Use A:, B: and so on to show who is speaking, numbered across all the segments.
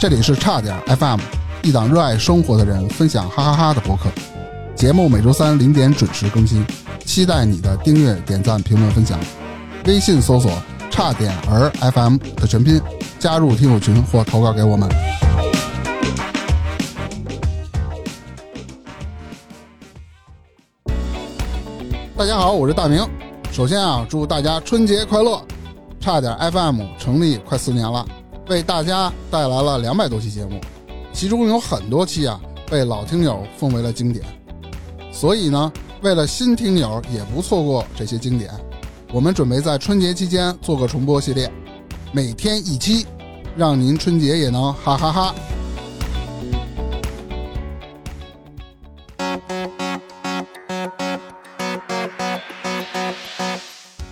A: 这里是差点 FM，一档热爱生活的人分享哈哈哈的博客。节目每周三零点准时更新，期待你的订阅、点赞、评论、分享。微信搜索“差点儿 FM” 的全拼，加入听友群或投稿给我们。大家好，我是大明。首先啊，祝大家春节快乐！差点 FM 成立快四年了，为大家带来了两百多期节目，其中有很多期啊被老听友奉为了经典。所以呢，为了新听友也不错过这些经典，我们准备在春节期间做个重播系列，每天一期，让您春节也能哈哈哈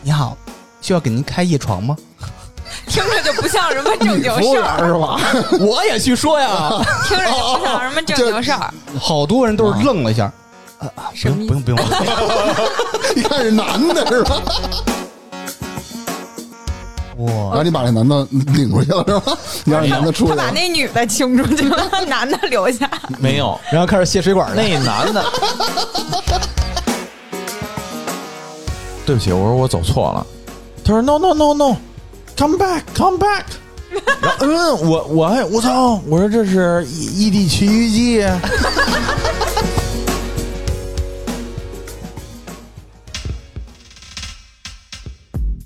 B: 你好，需要给您开夜床吗？
C: 听着就不像什么正经事儿，
A: 是吧？
B: 我也去说呀，
C: 听着就不像什么正
A: 哦
C: 经事儿。
B: 好多人都是愣了一下，啊，不
C: 什么
B: 用
C: 意
B: 不用不用，
A: 一看是男的是 吧？然
B: 哇，
A: 后你把这男的领出去了是吧？你让这男的出去
C: 他
A: 了
C: 把。那女的清出去 了，男的留下。
D: 没有，
B: 然后开始卸水管了，
D: 那男的，对不起，我说我走错了。他说 No No No No，Come back，Come back。然后 嗯，我我还我操，我说这是异异地奇遇记。啊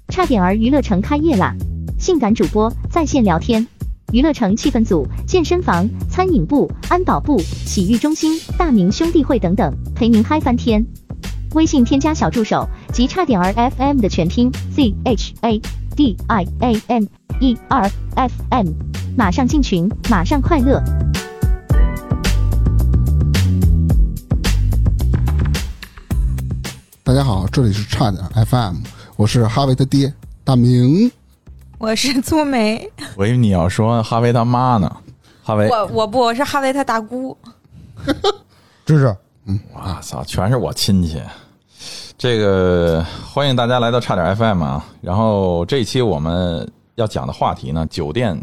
E: 差点儿娱乐城开业啦！性感主播在线聊天，娱乐城气氛组、健身房、餐饮部、安保部、洗浴中心、大明兄弟会等等，陪您嗨翻天。微信添加小助手及差点儿 FM 的全拼 C H A D I A M E R F M，马上进群，马上快乐。
A: 大家好，这里是差点 FM，我是哈维他爹大明。
C: 我是粗梅，
D: 我以为你要说哈维他妈呢，哈
A: 哎
D: 维，
C: 我我不我是哈维他大姑，
B: 芝芝，
D: 哇操，啊全是我亲戚。这个欢迎大家来到差点 FM 啊。然后这一期我们要讲的话题呢，酒店。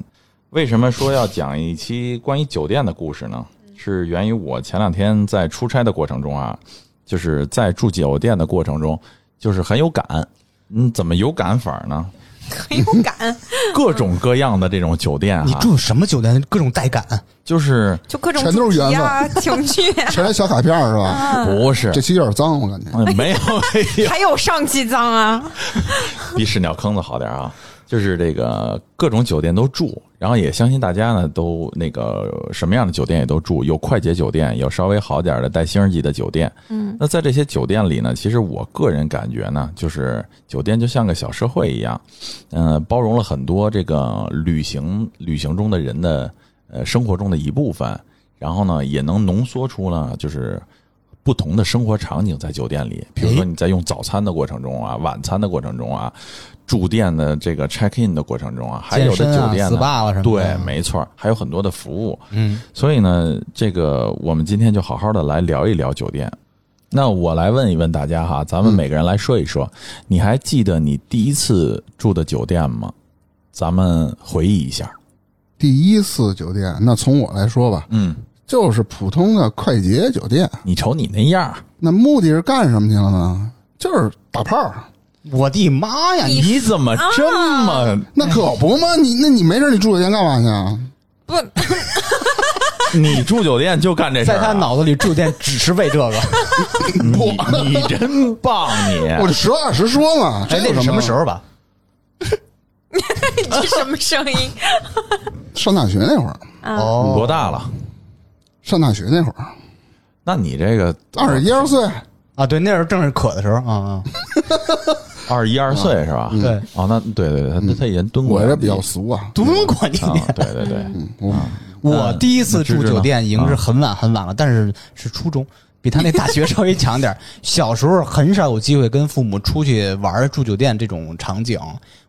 D: 为什么说要讲一期关于酒店的故事呢？是源于我前两天在出差的过程中啊，就是在住酒店的过程中，就是很有感。嗯，怎么有感法儿呢？
C: 很有感，
D: 各种各样的这种酒店
B: 你
D: 啊，
B: 住什么酒店？各种带感，
D: 就是
C: 就各种
A: 全都是
C: 主题啊、情绪啊，
A: 全是小卡片儿是吧？
B: 嗯
D: 不是
A: 这期有点脏，我感觉。
D: 嗯没有没有
C: 还有上期脏啊，
D: 比屎尿坑子好点儿啊。就是这个各种酒店都住，然后也相信大家呢都那个什么样的酒店也都住，有快捷酒店，有稍微好点儿的带星儿级的酒店。嗯，那在这些酒店里呢，其实我个人感觉呢，就是酒店就像个小社会一样，嗯、包容了很多这个旅行旅行中的人的呃生活中的一部分，然后呢也能浓缩出呢就是不同的生活场景在酒店里，比如说你在用早餐的过程中啊，晚餐的过程中啊，住店的这个 check in 的过程中啊，还有
B: 健
D: 的
B: 身
D: 酒
B: 啊、
D: 店呢，
B: SPA 了什么
D: 对
B: 的，，
D: 没错，还有很多的服务。
B: 嗯，
D: 所以呢，这个我们今天就好好的来聊一聊酒店。那我来问一问大家哈，咱们
A: 嗯
D: 每个人来说一说，你还记得你第一次住的酒店吗？咱们回忆一下。
A: 第一次酒店，那从我来说吧，
D: 嗯，
A: 就是普通的快捷酒店。
D: 你瞅你那样儿，
A: 那目的是干什么去了呢？就是打炮儿。
B: 我的妈呀，你
D: 你怎么
C: 啊
D: 这么？
A: 那可不嘛，你那你没事，你住酒店干嘛去啊？
C: 不
D: 你住酒店就干这事
B: 在
D: 儿啊、
B: 他脑子里住店 只是为这个，
D: 你你真棒 你！
A: 我这实话实说嘛，这
B: 哎，那
A: 有
B: 是什
A: 么
B: 么时？候吧？
C: 这什么 声音？
A: 上大学那会儿，
D: 你
B: 哦
D: 多大了？
A: 上大学那会儿，
D: 那你这个
A: 二十一二岁，
B: 啊，对，那时候正是渴的时候 啊啊，
D: 二十一二岁是吧？
B: 嗯对，嗯
D: 哦，那对对对，他他已经蹲过
A: 我
D: 了，
A: 这比较俗啊。
B: 蹲过你
D: 啊
B: 你。，
D: 对对对，
B: 嗯
A: 我
B: 我第一次
D: 嗯那芝
B: 住
D: 芝
B: 酒
D: 呢啊
B: 店已经是很晚很晚了，但是是初中，比他那大学稍微强 点儿。小时候很少有机会跟父母出去玩儿住酒店这种场景，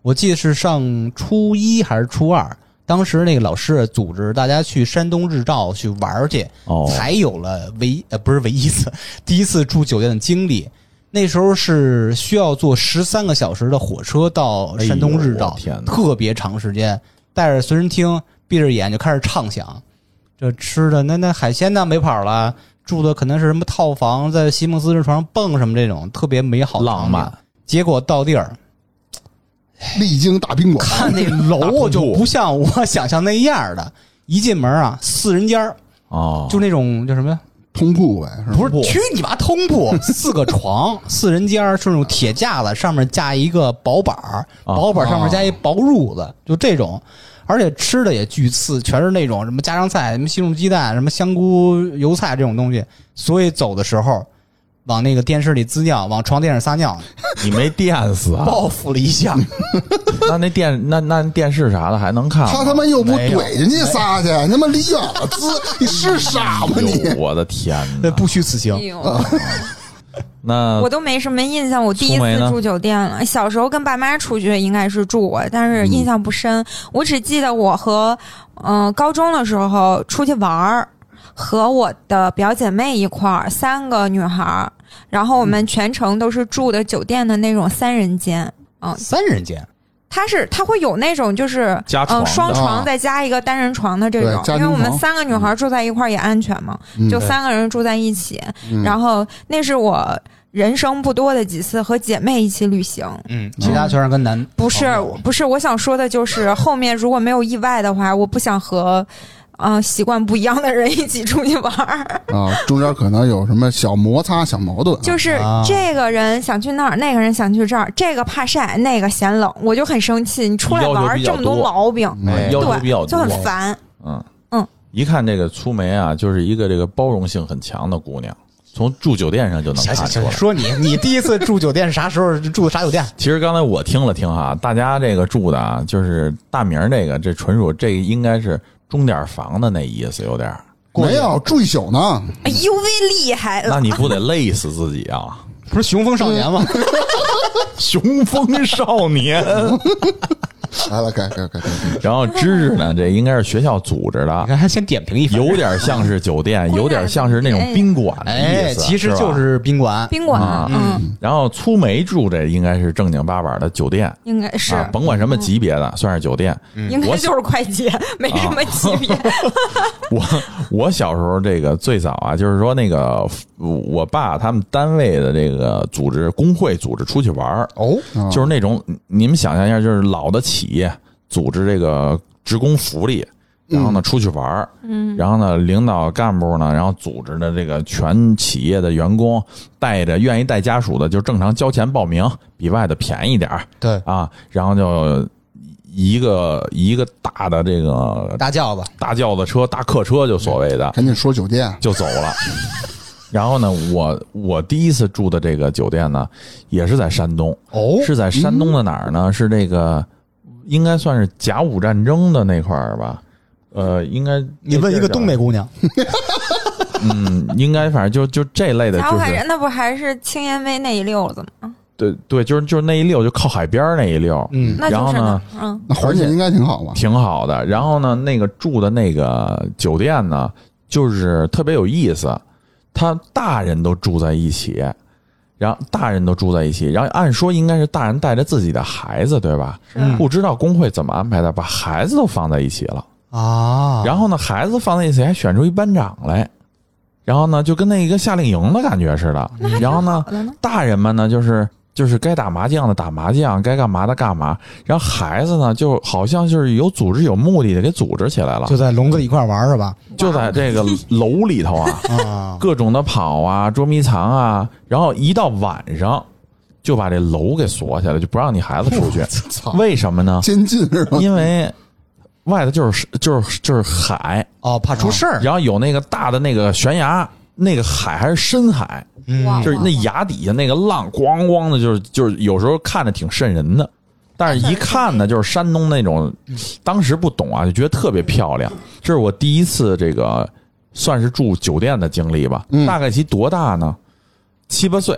B: 我记得是上初一还是初二，当时那个老师组织大家去山东日照去玩儿去，
D: 哦
B: 才有了唯一呃不是唯一一次，第一次住酒店的经历。那时候是需要坐十三个小时的火车到山东日
D: 哎呦
B: 照
D: 我天，哪
B: 特别长时间，带着随身听，闭着眼就开始畅想，这吃的那那海鲜那没跑了，住的可能是什么套房，在席梦思这床上蹦什么这种特别美好的
D: 浪漫
B: 场景。结果到地儿，
A: 历经大宾馆，
B: 看 那楼就不像我想象那样 的。一进门啊，四人间儿
D: 哦，
B: 就那种叫什么呀？
A: 通铺呗，是吧
B: 不是，去你妈通 铺！四个床， 四人间儿，是那种铁架子，上面架一个薄板儿，
D: 啊
B: 薄板儿上面加一薄褥子，就这种。而且吃的也巨次，全是那种什么家常菜，什么西红柿鸡蛋，什么香菇油菜这种东西。所以走的时候，往那个电视里滋尿，往床垫上撒尿，
D: 你没电死啊？
B: 报复了一下。
D: 那那电那那电视啥的还能看吗？
A: 他他妈又不怼人家仨去，你他妈离远了滋，你是傻吗你？
D: 哎呦我的天
B: 那
D: 哪！
B: 不虚此行
C: 哎。呦，
D: 那
C: 我都没什么印象，我第一
D: 苏梅
C: 次
D: 呢
C: 住酒店了。小时候跟爸妈出去应该是住过，但是印象不深。我只记得我和嗯、高中的时候出去玩儿，和我的表姐妹一块儿，三个女孩儿，然后我们全程都是住的酒店的那种三人间。嗯，
B: 三人间，
C: 它是它会有那种就是
D: 加床
C: 嗯
D: 的
C: 双
A: 啊
C: 床再加一个单人床的这
A: 对
C: 种，
A: 家
C: 因为
A: 庭
C: 我们
A: 床
C: 三个女孩儿住在一块儿也安全嘛，
A: 嗯
C: 就三个人住在一起。
A: 嗯
C: 然后那是我人生不多的几次和姐妹一起旅行。
B: 嗯，其他全是跟男
C: 不是，
A: 哦
C: 我不是，我想说的就是后面如果没有意外的话，我不想和。嗯、习惯不一样的人一起出去玩 儿，
A: 啊，中间可能有什么小摩擦、小矛盾啊，
C: 就是
B: 啊
C: 这个人想去那儿，那个人想去这儿，这个怕晒，那个嫌冷，我就很生气。你出来玩
D: 要求
C: 儿
D: 比较
C: 这么多
D: 多
C: 毛病，
D: 哎要求比较
C: 对，就
D: 多
C: 很，烦。
D: 嗯
C: 嗯，
D: 一看这个粗梅啊，就是一个这个包容性很强的姑娘，从住酒店上就能
B: 行
D: 看
B: 行
D: 出来
B: 行，。说你，你第一次住酒店是啥时候住的啥酒店？
D: 其实刚才我听了听哈，大家这个住的啊，就是大明儿这个，这纯属这应该是钟点房的那意思，有点儿。
A: 没有住一宿呢，
C: 哎呦喂，厉害
B: 呃
D: 那
C: 了！
D: 你不得累死自己啊？
B: 不是雄风少年吗？
D: 雄风少年。
A: 来来改改改改，
D: 然后芝芝呢，这应该是学校组织
B: 你
D: 的，
B: 看，还先点评一番。
D: 有点像是 酒店，有点像是那种宾馆的
B: 哎，
D: 意思，
B: 其实就是
D: 吧。
B: 是宾馆。
C: 宾馆，
D: 啊
C: 嗯，
D: 然后粗梅住这应该是正经八百的酒店。
C: 应该是，
D: 啊，甭管什么级别的，算是酒店。
C: 应该
D: 我啊
C: 就是快捷，没什么 级别。
D: 我我小时候这个最早啊，就是说那个我爸他们单位的这个组织工会组织出去玩儿，
B: 哦，
A: 啊
D: 就是那种你们想象一下，就是老的企业组织这个职工福利，然后呢出去玩儿，
C: 嗯，
D: 然后呢领导干部呢，然后组织的这个全企业的员工带着愿意带家属的，就正常交钱报名，比外的便宜点儿
B: 对，
D: 啊，然后就一个一个大的这个
B: 大轿子，
D: 大轿子车、大客车，就所谓的
A: 赶紧说酒店，
D: 就走了。 然后呢，我我第一次住的这个酒店呢，也是在山东，
B: 哦嗯
D: 是在山东的哪儿呢？是这个应该算是甲午战争的那块儿吧？呃，应该
B: 你问一个东北，姑娘，
D: 嗯，应该反正就就这类的，
C: 然后
D: 就
C: 还
D: 是
C: 是那不还是青烟微那一溜子吗？
D: 对对，就是就是那一溜，就靠海边儿那一溜，
B: 嗯，
C: 那
D: 然
C: 就
D: 后
C: 是
D: 呢
C: 呢，嗯，
A: 那环境应该挺好吧？
D: 挺好的。然后呢，那个住的那个酒店呢，就是特别有意思，他大人都住在一起，然后大人都住在一起，然后按说应该是大人带着自己的孩子，对吧？
B: 嗯
D: 不知道工会怎么安排的，把孩子都放在一起了。
B: 啊，
D: 然后呢，孩子放在一起还选出一班长来，然后呢，就跟那一个夏令营的感觉似的。然后呢
C: 好，的呢。
D: 大人们呢，就是就是该打麻将的打麻将，该干嘛的干嘛。然后孩子呢，就好像就是有组织、有目的的给组织起来了
B: 就，在笼子里一块玩是吧？
D: 就在这个楼里头啊，
B: 啊，
D: 各种的跑啊、捉迷藏啊。然后一到晚上，就把这楼给锁起来，就不让你孩 子出去。
A: 操，
D: 为什么呢？
A: 监禁是吧？
D: 因为外头就是就是就是海，
B: 哦，怕出事儿，
D: 然后有那个大的那个悬崖，那个海还是深海，
B: 嗯
C: 哇
D: 就是那崖底下那个浪咣咣的，就是就是有时候看着挺瘆人的，但是一看呢，就是山东那种，当时不懂啊，就觉得特别漂亮。这是我第一次这个算是住酒店的经历吧，
A: 嗯
D: 大概其多大呢？七八岁。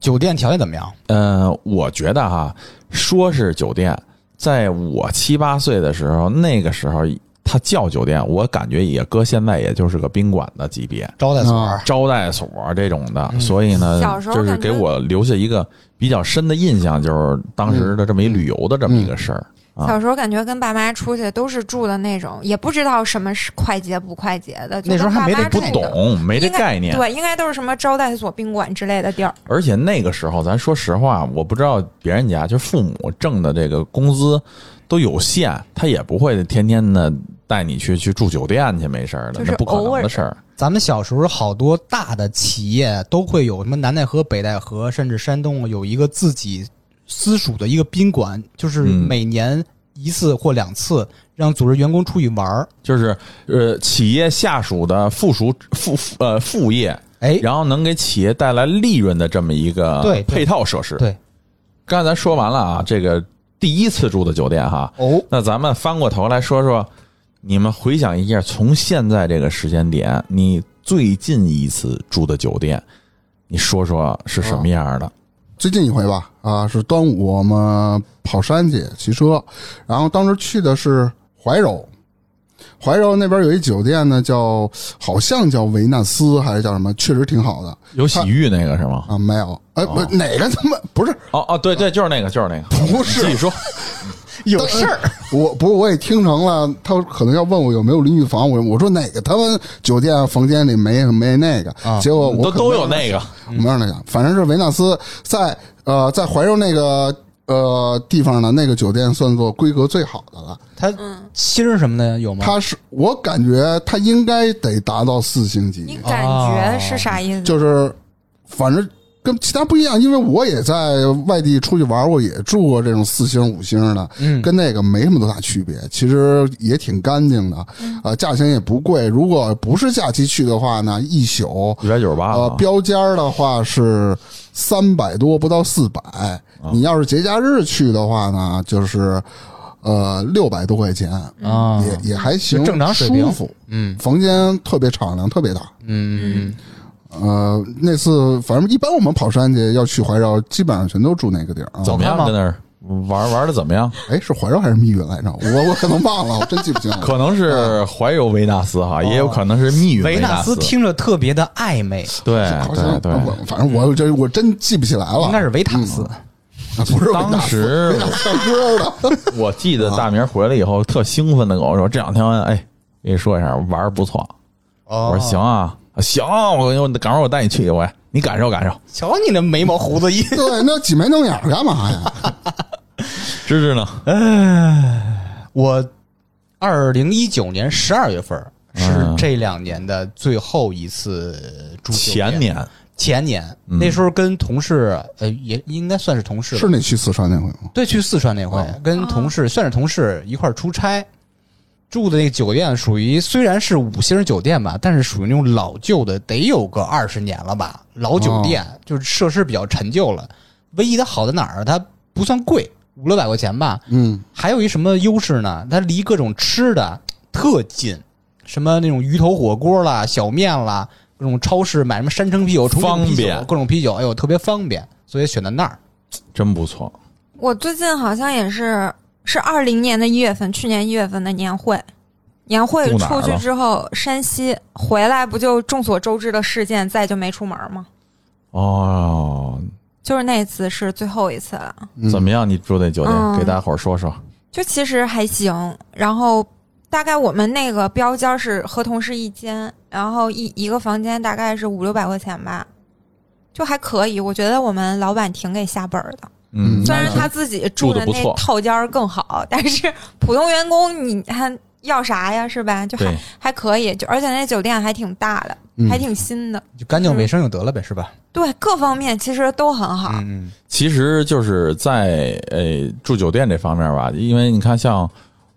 B: 酒店条件怎么样？
D: 嗯，我觉得哈、说是酒店，在我七八岁的时候，那个时候它叫酒店，我感觉也搁现在也就是个宾馆的级别。
B: 招待所
A: 啊
D: 招待所这种的，所以呢
C: 小，时候
D: 就是
C: 感觉
D: 给我留下一个比较深的印象，就是当时的这么一旅游的这么一个事儿。啊
C: 小时候感觉跟爸妈出去都是住的那种，也不知道什么是快捷不快捷的。就
B: 那时候
C: 跟
B: 还没
C: 爸妈
B: 得
D: 不
C: 住的
D: 懂，没这
C: 应该
D: 概念。
C: 对，应该都是什么招待所、宾馆之类的地儿。
D: 而且那个时候，咱说实话，我不知道别人家，就是父母挣的这个工资都有限，他也不会天天的带你去去住酒店去，没事儿的，
C: 就是
D: 那不可
C: 偶
D: 能
C: 尔
D: 的事儿。
B: 咱们小时候好多大的企业都会有什么南戴河、北戴河，甚至山东有一个自己私属的一个宾馆，就是
D: 嗯
B: 每年一次或两次让组织员工出去玩儿。
D: 就是呃，企业下属的附属副副呃副业，
B: 哎，
D: 然后能给企业带来利润的这么一个
B: 对对
D: 配套设施。
B: 对，
D: 刚才咱说完了啊，这个第一次住的酒店哈，
B: 哦，
D: 那咱们翻过头来说说，你们回想一下，从现在这个时间点，你最近一次住的酒店，你说说是什么样的？
A: 最近一回吧，啊，是端午我们跑山去骑车，然后当时去的是怀柔，怀柔那边有一酒店呢，叫好像叫维纳斯还是叫什么，确实挺好的
D: 有洗浴那个是吗？
A: 啊，没有，哎，不、
D: 哦
A: 哪个他妈不是
D: 哦哦，对对，就是那个，就是那个。
A: 不是
D: 你继续说，
B: 有事儿，
A: 我不是我也听成了，他可能要问我有没有淋浴房，我我说哪个他们酒店啊房间里没没那个，
B: 啊
A: 结果我
D: 都
A: 可
D: 都
A: 能嗯
D: 有那个。
A: 我没让他讲，反正是维纳斯在呃在怀柔那个呃地方呢，那个酒店算作规格最好的了。
B: 它
C: 嗯
B: 星儿什么的有吗？
A: 它是我感觉它应该得达到四星
C: 你
A: 级，
C: 感
D: 哦
C: 觉是啥意思？
A: 就是反正跟其他不一样，因为我也在外地出去玩，我也住过这种四星五星的，
B: 嗯，
A: 跟那个没什么多大区别，其实也挺干净的，啊、价钱也不贵。如果不是假期去的话呢，一宿
D: 一百九十
B: 啊
D: 八
A: 呃，标间儿的话是三百多，不到四百、
B: 啊
A: 你要是节假日去的话呢，就是呃六百多块钱，
B: 啊，
A: 也也还行，
B: 就正常水平
A: 舒服。
B: 嗯
A: 房间特别敞亮，特别大。
B: 嗯，
A: 呃，那次反正一般我们跑山去要去怀柔，基本上全都住那个地儿啊。
D: 怎么样？
B: 好看吗
D: 跟那儿玩玩的怎么样？
A: 哎，是怀柔还是密云来着？我我可能忘了，我真记不清了。
D: 可能是怀柔维纳斯哈，也有可能是密云
B: 维
D: 纳
B: 纳斯听着特别的暧昧，
D: 对
A: 好像
D: 对对。
A: 我反正我这我真记不起来了，嗯
B: 应该是维塔斯。
A: 啊不是我
D: 当
A: 打
D: 时
A: 唱歌的。
D: 我记得大明回来以后特兴奋的跟我说：“这两天哎，跟你说一下，玩儿不错。”
B: 哦
D: 我说：“行，啊，行，我我赶上我带你去一回，你感受感受。
B: 瞧你那眉毛胡子一，
A: 对，那挤眉弄眼儿干嘛呀？
D: 芝芝呢？
B: 我二零一九年十二月份儿是
D: 嗯
B: 这两年的最后一次住酒店
D: 前年
B: 前年
D: 嗯
B: 那时候跟同事，呃，也应该算是同事吧，
A: 是那去四川那回吗？
B: 对，去四川那回
A: 哦
B: 跟同事算是同事一块儿出差，住的那个酒店属于虽然是五星酒店吧，但是属于那种老旧的，得有个二十年了吧，老酒店就是设施比较陈旧了。唯一的好在哪儿啊？它不算贵，五六百块钱吧，
A: 嗯，
B: 还有一什么优势呢？它离各种吃的特近，什么那种鱼头火锅啦、小面啦，各种超市买什么山城啤酒、重庆啤
D: 方
B: 酒、
D: 便
B: 各种啤酒，哎呦，特别方便，所以选在那儿。
D: 真不错，
C: 我最近好像也是，是二零年的一月份，去年一月份的年会。年会
D: 住哪儿
C: 出
D: 了
C: 去之后，山西回来不就众所周知的事件，再就没出门吗？
D: 哦，
C: 就是那次是最后一次了，
A: 嗯
D: 怎么样？你住那酒店，
C: 嗯
D: 给大伙儿说说。
C: 就其实还行。然后大概我们那个标间是合同是一间，然后一一个房间大概是五六百块钱吧，就还可以。我觉得我们老板挺给下本儿的，
A: 嗯
C: 虽然
D: 那
C: 他自己住的
D: 住得不
C: 那
D: 错
C: 套间儿更好，但是普通员工你还要啥呀？是吧？就还
D: 对
C: 还可以，就而且那酒店还挺大的，
A: 嗯
C: 还挺新的，
B: 就干净卫生就得了呗，是吧？
C: 对各方面其实都很好。
B: 嗯，
D: 其实就是在呃住酒店这方面吧，因为你看，像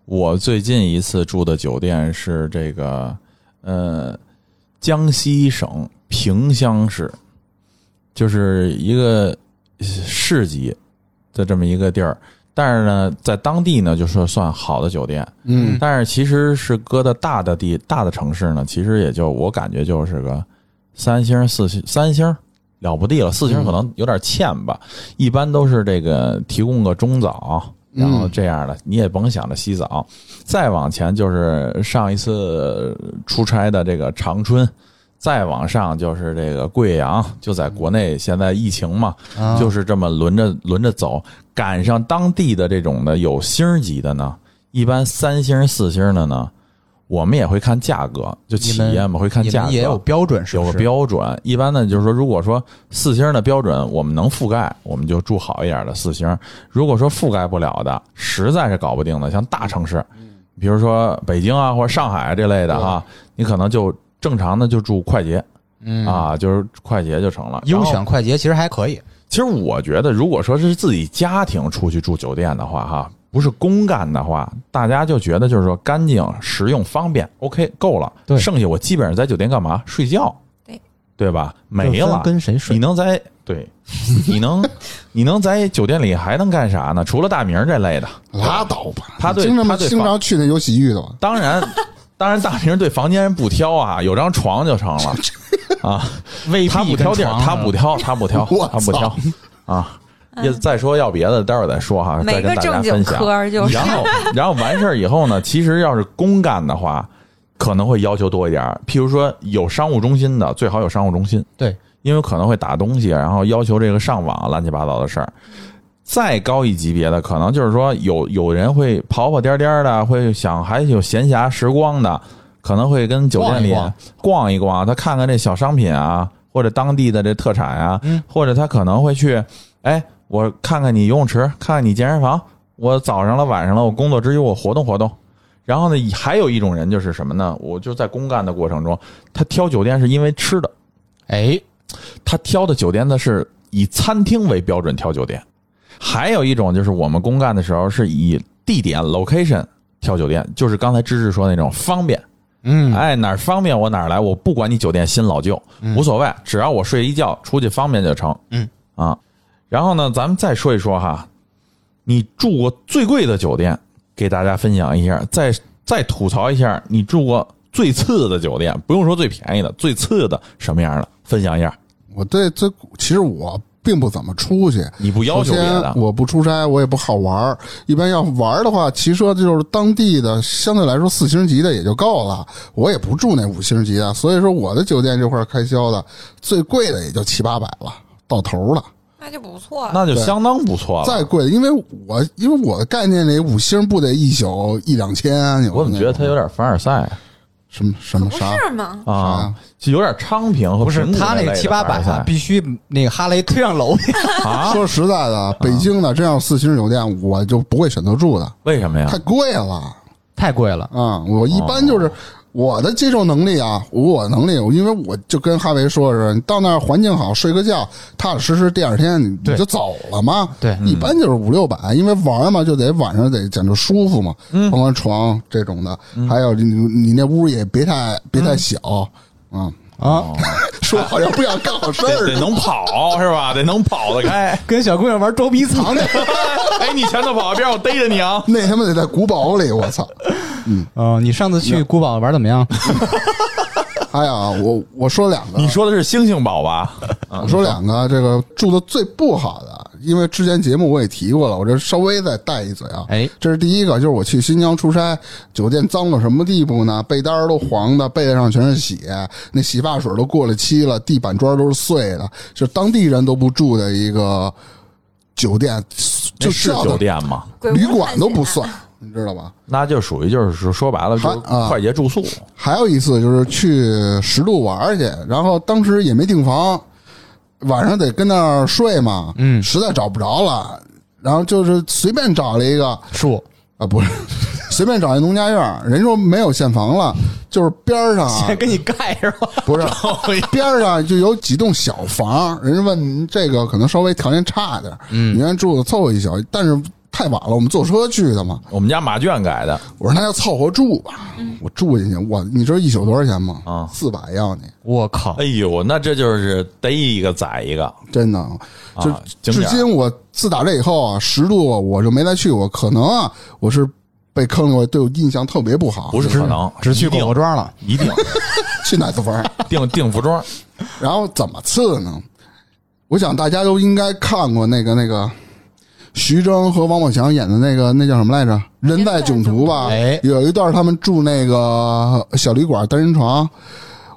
D: 我最近一次住的酒店是这个呃江西省萍乡市，就是一个市级的这么一个地儿。但是呢，在当地呢，就是算好的酒店。
A: 嗯
D: 但是其实是搁到大的地、大的城市呢，其实也就我感觉就是个三星、四星、三星了不地了，四星可能有点欠吧。一般都是这个提供个中早，然后这样的，你也甭想着洗澡。再往前就是上一次出差的这个长春。再往上就是这个贵阳，就在国内现在疫情嘛，
B: 啊
D: 就是这么轮着轮着走，赶上当地的这种的有星儿级的呢，一般三星、四星的呢，我们也会看价格，就企业嘛会看
B: 你
D: 价格，
B: 们也有标准是不
D: 有
B: 是？
D: 个标准。一般呢，就是说，如果说四星的标准我们能覆盖，我们就住好一点的四星；如果说覆盖不了的，实在是搞不定的，像大城市，
B: 嗯
D: 比如说北京啊或者上海这类的哈、你可能就正常的就住快捷
B: 嗯，
D: 啊，就是快捷就成了。
B: 优
D: 然后
B: 选快捷其实还可以，
D: 其实我觉得，如果说是自己家庭出去住酒店的话，哈，不是公干的话，大家就觉得就是说干净、实用、方便，OK，够了。
B: 对
D: 剩下我基本上在酒店干嘛？睡觉，
C: 对
D: 对吧？没
B: 就分
D: 了。
B: 跟谁
D: 你
B: 睡？
D: 能在对，你能 你能在酒店里还能干啥呢？除了大名这类的，
A: 拉倒吧！
D: 他对
A: 经
D: 他
A: 常
D: 对
A: 经常去那有洗浴的吧？
D: 当然，当然大明对房间不挑啊，有张床就成 了啊。
B: 未
D: 他不挑地儿，他
B: 啊
D: 不挑，他不挑，
A: 我
D: 他不
A: 操
D: 挑啊！也再说要别的，待会儿再说哈，嗯再
C: 没
D: 跟
C: 嗯个
D: 大家
C: 正
D: 分
C: 经
D: 享。
C: 科儿就是
D: 然后，然后完事儿以后呢，其实要是公干的话，可能会要求多一点儿。譬如说有商务中心的，最好有商务中心，
B: 对，
D: 因为可能会打东西，然后要求这个上网乱七八糟的事儿。再高一级别的，可能就是说有有人会跑跑颠颠的，会想还有闲暇时光的，可能会跟酒店
B: 逛
D: 里
B: 一逛
D: 逛一逛，他看看这小商品啊，或者当地的这特产啊，
B: 嗯
D: 或者他可能会去，哎，我看看你游泳池，看看你健身房，我早上了晚上了，我工作之余我活动活动。然后呢，还有一种人就是什么呢？我就在公干的过程中，他挑酒店是因为吃的，
B: 哎，
D: 他挑的酒店呢是以餐厅为标准挑酒店，还有一种就是我们公干的时候是以地点 location 挑酒店，就是刚才芝芝说那种方便，
B: 嗯，
D: 哎哪儿方便我哪儿来，我不管你酒店新老旧无所谓，只要我睡一觉出去方便就成，
B: 嗯
D: 啊，然后呢，咱们再说一说哈，你住过最贵的酒店，给大家分享一下，再再吐槽一下你住过最次的酒店，不用说最便宜的，最次的什么样的，分享一下。
A: 我对这其实我并不怎么出去，
D: 你不要
A: 首
D: 求别
A: 先
D: 的，
A: 我不出差，我也不好玩儿。一般要玩儿的话，骑车就是当地的相对来说四星级的也就够了。我也不住那五星级的，所以说我的酒店这块儿开销的最贵的也就七八百了，到头了。
C: 那就不错了。
D: 那就相当不错了。
A: 再贵的，因为我因为我的概念里五星不得一宿一两千啊，有
D: 我怎么
A: 那
D: 觉得
A: 种
D: 他有点凡尔赛
A: 什么什么
C: 不
A: 啥？
C: 是吗？
D: 啊？就有点昌平和
B: 不是
D: 平谷
B: 他
D: 类
B: 那
D: 的
B: 七八百
D: 凡尔
B: 啊
D: 赛
B: 必须那个哈雷推上楼去，
D: 啊？啊
A: 说实在的，北京的这样四星酒店我就不会选择住的，
D: 为什么呀
A: 太？贵了。
B: 太贵了。
A: 啊、我一般
B: 哦
A: 就是我的接受能力啊，我的能力，因为我就跟哈维说的是，你到那儿环境好，睡个觉，踏踏实实，第二天你你
B: 对
A: 就走了嘛。
B: 对
A: 一般就是五六百，因为玩儿嘛，就得晚上得讲究舒服嘛，嗯，换换床这种的，
B: 嗯
A: 还有你你那屋也别太别太小。啊、
B: 啊，
D: 哦
A: 说好像不想干好 事
D: 得
A: 儿
D: 得能跑是 吧？得能跑得开。
B: 跟小姑娘玩捉迷藏去。
D: 哎，你前头跑，别让我逮着你 啊！
A: 那他妈得在古堡里，我操！
B: 嗯，你上次去古堡玩怎么样？
A: 哎呀，我我说两个，
D: 你说的是星星堡吧？
A: 我说两个，这个住的最不好的，因为之前节目我也提过了，我这稍微再带一嘴啊。
B: 哎，
A: 这是第一个，就是我去新疆出差，酒店脏到什么地步呢？被单儿都黄的，被子上全是血，那洗发水都过了期了，地板砖都是碎的，就是当地人都不住的一个酒店，
D: 那
A: 就是叫
D: 酒
A: 的
D: 店吗？
C: 鬼屋啊
A: 旅馆都不
C: 探险
A: 算，你知道吧？
D: 那就属于就是说说白了，就
A: 还
D: 是
A: 啊
D: 快捷住宿。
A: 还有一次就是去十渡玩儿去，然后当时也没订房，晚上得跟那儿睡嘛，
B: 嗯
A: 实在找不着了，然后就是随便找了一个
B: 树
A: 啊，不是， 随便找一农家院儿，人说没有现房了，就是边儿上啊
B: 先给你盖上吧。
A: 不是边儿上就有几栋小房，人家问您这个可能稍微条件差点儿，
B: 嗯
A: 你愿意住凑合一宿，但是太晚了，我们坐车去的嘛，
D: 我们家马圈改的，
A: 我说那就凑合住吧，
B: 嗯
A: 我住进去，我你知道一宿多少钱吗？
D: 啊
A: 四百要你。
B: 我靠
D: 哎，呦，那这就是逮一个宰一个。啊
A: 真的，就、
D: 景
A: 至
D: 点儿
A: 今我自打这以后啊，十度我就没再去过，可能啊，我是被坑了，我对我印象特别不好。
D: 不是可能，
B: 只去
D: 一
B: 狗
D: 定
B: 狗庄了。
D: 一定
A: 去哪次玩儿，
D: 定定 服装。
A: 然后怎么次呢？我想大家都应该看过那个那个徐峥和王宝强演的那个那叫什么来着，《人在囧途》吧？
B: 哎
A: 有一段他们住那个小旅馆单人床，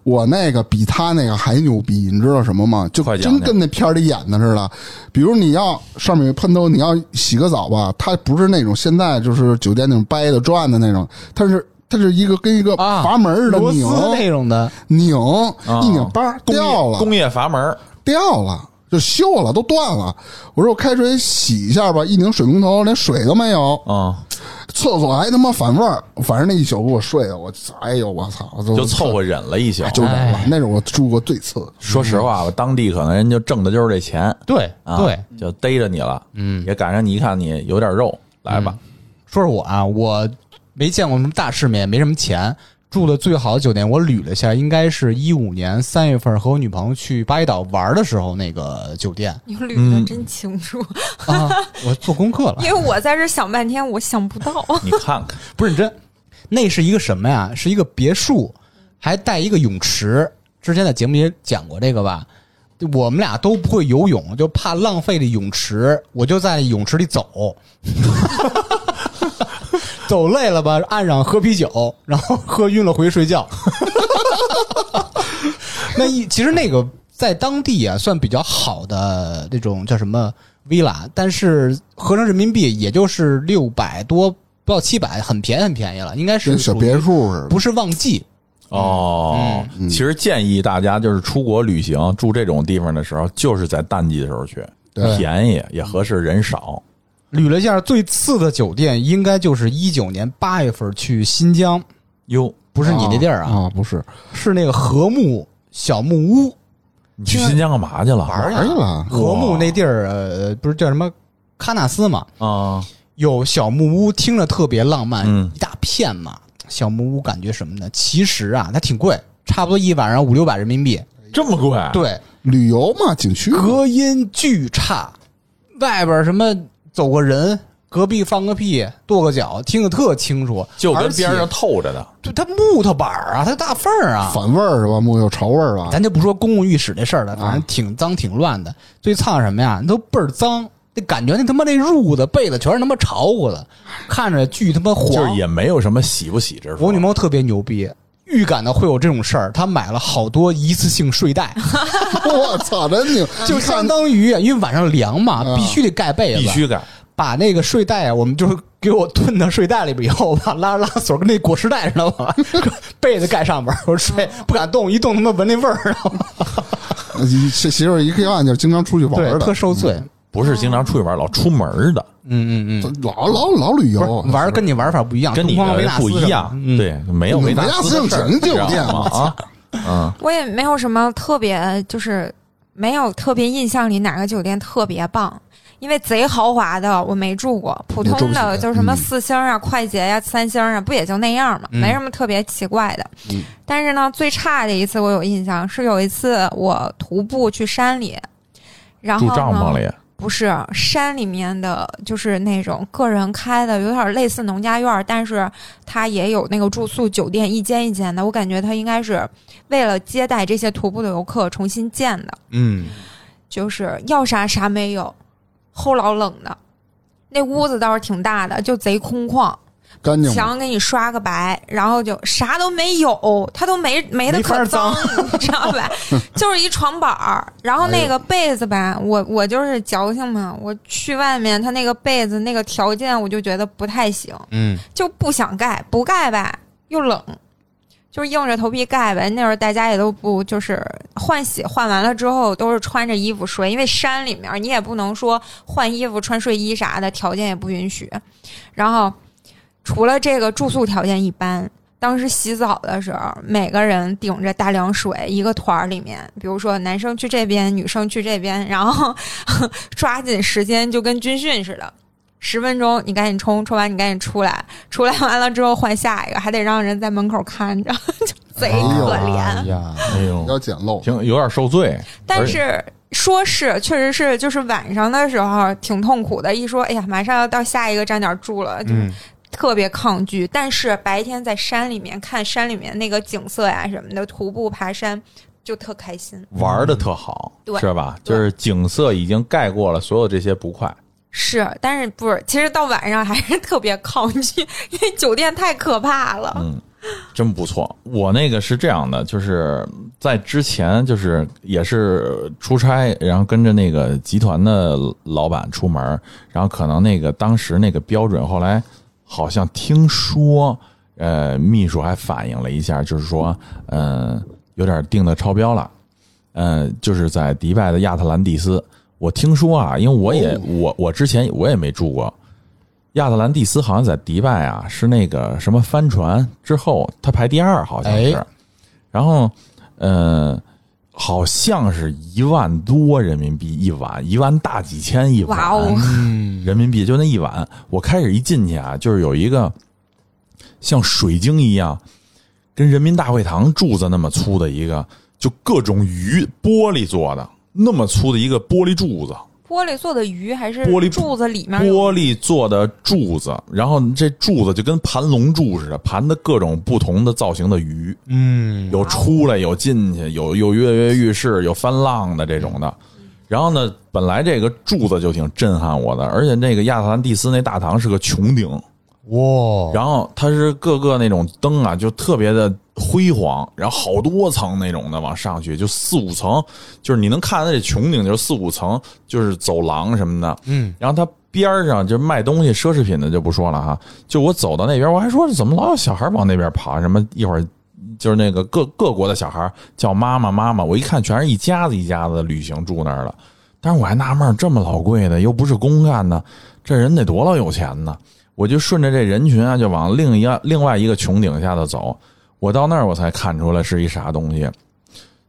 A: 我那个比他那个还牛逼，你知道什么吗？就
D: 快讲
A: 真
D: 讲
A: 跟那片儿里演的似的。比如你要上面有喷头，你要洗个澡吧，它不是那种现在就是酒店那种掰的转的那种，它是它是一个跟一个
B: 啊
A: 阀门似的
B: 螺丝
A: 拧
B: 那种啊的，
A: 拧，一拧叭
D: 工业
A: 掉了，
D: 工业阀门儿，
A: 掉了，就锈了，都断了。我说我开水洗一下吧，一拧水龙头连水都没有，
D: 啊，
A: 厕所还他妈反味儿。反正那一宿给我睡的，我哎呦我操，我
D: 就凑合忍了一宿。
A: 就忍了
B: 哎。
A: 那是我住过最次的。
D: 说实话吧，当地可能人就挣的就是这钱
B: 嗯对
D: 啊，
B: 对，，
D: 就逮着你了，
B: 嗯，
D: 也赶上你一看你有点肉，来吧，
B: 说说我啊，我没见过什么大世面，也没什么钱，住的最好的酒店，我捋了一下，应该是一五年三月份和我女朋友去巴厘岛玩的时候那个酒店
C: 你捋的
D: 嗯
C: 真清楚，
B: 啊，我做功课了
C: 因为，我在这想半天，我想不到。
B: 嗯
D: 你看看，
B: 不认真。那是一个什么呀？是一个别墅，还带一个泳池。之前在节目里也讲过这个吧？我们俩都不会游泳，就怕浪费这泳池，我就在泳池里走。 走累了吧，岸上喝啤酒，然后喝晕了回去睡觉。 那一其实那个在当地啊算比较好的那种叫什么 villa，但是合成人民币也就是六百多不到七百，很便宜很便宜了，应该是
A: 跟小别，墅似的，
B: 不是旺季。嗯
D: 哦，其实建议大家就是出国旅行住这种地方的时候，就是在淡季的时候去，
A: 对
D: 便宜也合适，人少。
B: 捋了一下最次的酒店，应该就是一九年八月份去新疆，
D: 哟，
B: 不是你那地儿啊，
A: 啊不是
B: 是那个禾木小木屋哎
D: 你去新疆干嘛去了？
B: 玩
A: 玩去了。
B: 禾木那地儿，呃，不是叫什么喀纳斯嘛，
D: 啊，
B: 有小木屋，听着特别浪漫，
D: 嗯
B: 一大片嘛。小木屋感觉什么呢？其实啊，它挺贵，差不多一晚上五六百人民币。
D: 这么贵？，
B: 对，
A: 旅游嘛，景区嘛
B: 隔音巨差，外边什么走个人，隔壁放个屁，跺个脚，听得特清楚。
D: 就跟
B: 而且
D: 边上透着的。
B: 对它木头板儿啊，它大缝儿啊，
A: 反味儿是吧？木有潮味儿吧？
B: 咱就不说公共浴室这事儿了，
D: 啊
B: 反正挺脏挺乱的。最操什么呀？那都倍儿脏，那感觉那他妈那褥子被子全是他妈潮乎的，看着巨他妈黄。
D: 就是也没有什么洗不洗之说。
B: 我女朋友特别牛逼，预感到会有这种事儿，她买了好多一次性睡 袋，
A: 我操，真牛！
B: 就
A: 一看
B: 相当于啊因为晚上凉嘛，
A: 啊
B: 必须得盖被子，
D: 嗯必须干，
B: 把那个睡袋啊，我们就是给我炖到睡袋里边以后，把拉拉锁跟那裹尸袋似的，往 被子盖上边儿，我睡不敢动，一动他妈闻那味儿，
A: 一这媳妇儿一看就是经常出去玩
B: 对
A: 儿，
B: 特
A: 的，
B: 受罪。
D: 不是经常出去玩，老出门的，
B: 嗯嗯嗯，
A: 老老老旅游
B: 不是，玩儿跟你玩法不一样，
D: 跟你
B: 啊东方维
D: 的
B: 纳斯
D: 不一
B: 什么
D: 样。
B: 嗯、
D: 对，没有
A: 嗯
D: 维
A: 维纳
D: 纳
A: 斯
D: 斯的
A: 有
D: 事儿
A: 钱就有
D: 知道
A: 电
D: 吗 啊，嗯，
C: 我也没有什么特别，就是没有特别印象里哪个酒店特别棒，因为贼豪华的我没住过，普
A: 你住
C: 通
A: 不起
C: 的就是什么
A: 嗯
C: 四星啊、快捷呀、三星啊，不也就那样嘛，
B: 嗯
C: 没什么特别奇怪的。
A: 嗯
C: 但是呢，最差的一次我有印象是有一次我徒步去山里，然后
D: 住
C: 呢
D: 帐篷里，
C: 不是山里面的，就是那种个人开的，有点类似农家院儿，但是它也有那个住宿酒店，一间一间的。我感觉它应该是为了接待这些徒步的游客重新建的，
B: 嗯，
C: 就是要啥啥没有，齁老冷的。那屋子倒是挺大的，就贼空旷，
A: 干净吗？
C: 墙给你刷个白，然后就啥都没有，它都没没的
B: 没法
C: 可
B: 脏
C: 脏， 你知道吧？就是一床板儿，然后那个被子吧，我我就是矫情嘛，我去外面，它那个被子那个条件我就觉得不太行，
B: 嗯，
C: 就不想盖，不盖吧又冷。就是硬着头皮盖呗，那会儿大家也都不就是换洗换完了之后都是穿着衣服睡，因为山里面你也不能说换衣服穿睡衣啥的，条件也不允许。然后除了这个住宿条件一般，当时洗澡的时候，每个人顶着大凉水一个团儿里面，比如说男生去这边，女生去这边，然后 抓紧时间就跟军训似的。十分钟，你赶紧冲，冲完你赶紧出来，出来完了之后换下一个，还得让人在门口看着， 就贼可
A: 哎
C: 怜。啊
B: 呀，
D: 哎呦，
A: 要简陋，
D: 挺有点受罪。
C: 但是说是，确实是，就是晚上的时候挺痛苦的。一说，哎呀，马上要到下一个站点住了，就
B: 嗯
C: 特别抗拒。但是白天在山里面看山里面那个景色呀什么的，徒步爬山就特开心。
D: 玩的特好，
C: 嗯对
D: 是吧？就
C: 对
D: 是景色已经盖过了所有这些不快。
C: 是， 但是不是？其实到晚上还是特别抗拒，因为酒店太可怕了。
D: 嗯，真不错。我那个是这样的，就是在之前就是也是出差，然后跟着那个集团的老板出门儿，然后可能那个当时那个标准，后来好像听说，呃，秘书还反映了一下，就是说，嗯、有点定的超标了。嗯，就是在迪拜的亚特兰蒂斯，我听说啊，因为我也、我我之前我也没住过，亚特兰蒂斯好像在迪拜啊是那个什么帆船之后，它排第二好像是，
B: 哎
D: 然后呃，好像是一万多人民币一晚，一万大几千一晚，嗯
C: 哇哦
D: 人民币就那一晚。我开始一进去啊，就是有一个像水晶一样，跟人民大会堂柱子那么粗的一个，就各种鱼玻璃做的那么粗的一个玻璃柱子，
C: 玻璃做的鱼还是
D: 玻璃
C: 柱子里面有
D: 玻璃做的柱子，然后这柱子就跟盘龙柱似的，盘的各种不同的造型的鱼，
B: 嗯，
D: 有出来，有进去，有有跃跃欲试，有翻浪的这种的。然后呢，本来这个柱子就挺震撼我的，而且那个亚特兰蒂斯那大堂是个穹顶，
B: 哇，
D: 然后它是各个那种灯啊，就特别的辉煌，然后好多层那种的往上去，就四五层，就是你能看到这穹顶，就是四五层，就是走廊什么的。
B: 嗯，
D: 然后它边儿上就卖东西、奢侈品的就不说了哈。就我走到那边，我还说怎么老有小孩往那边跑？什么一会儿就是那个各各国的小孩叫妈妈妈妈，我一看全是一家子一家子的旅行住那儿了。但是我还纳闷儿，这么老贵的又不是公干的，这人得多老有钱呢？我就顺着这人群啊，就往另一个另外一个穹顶下头走。我到那儿我才看出来是一啥东西，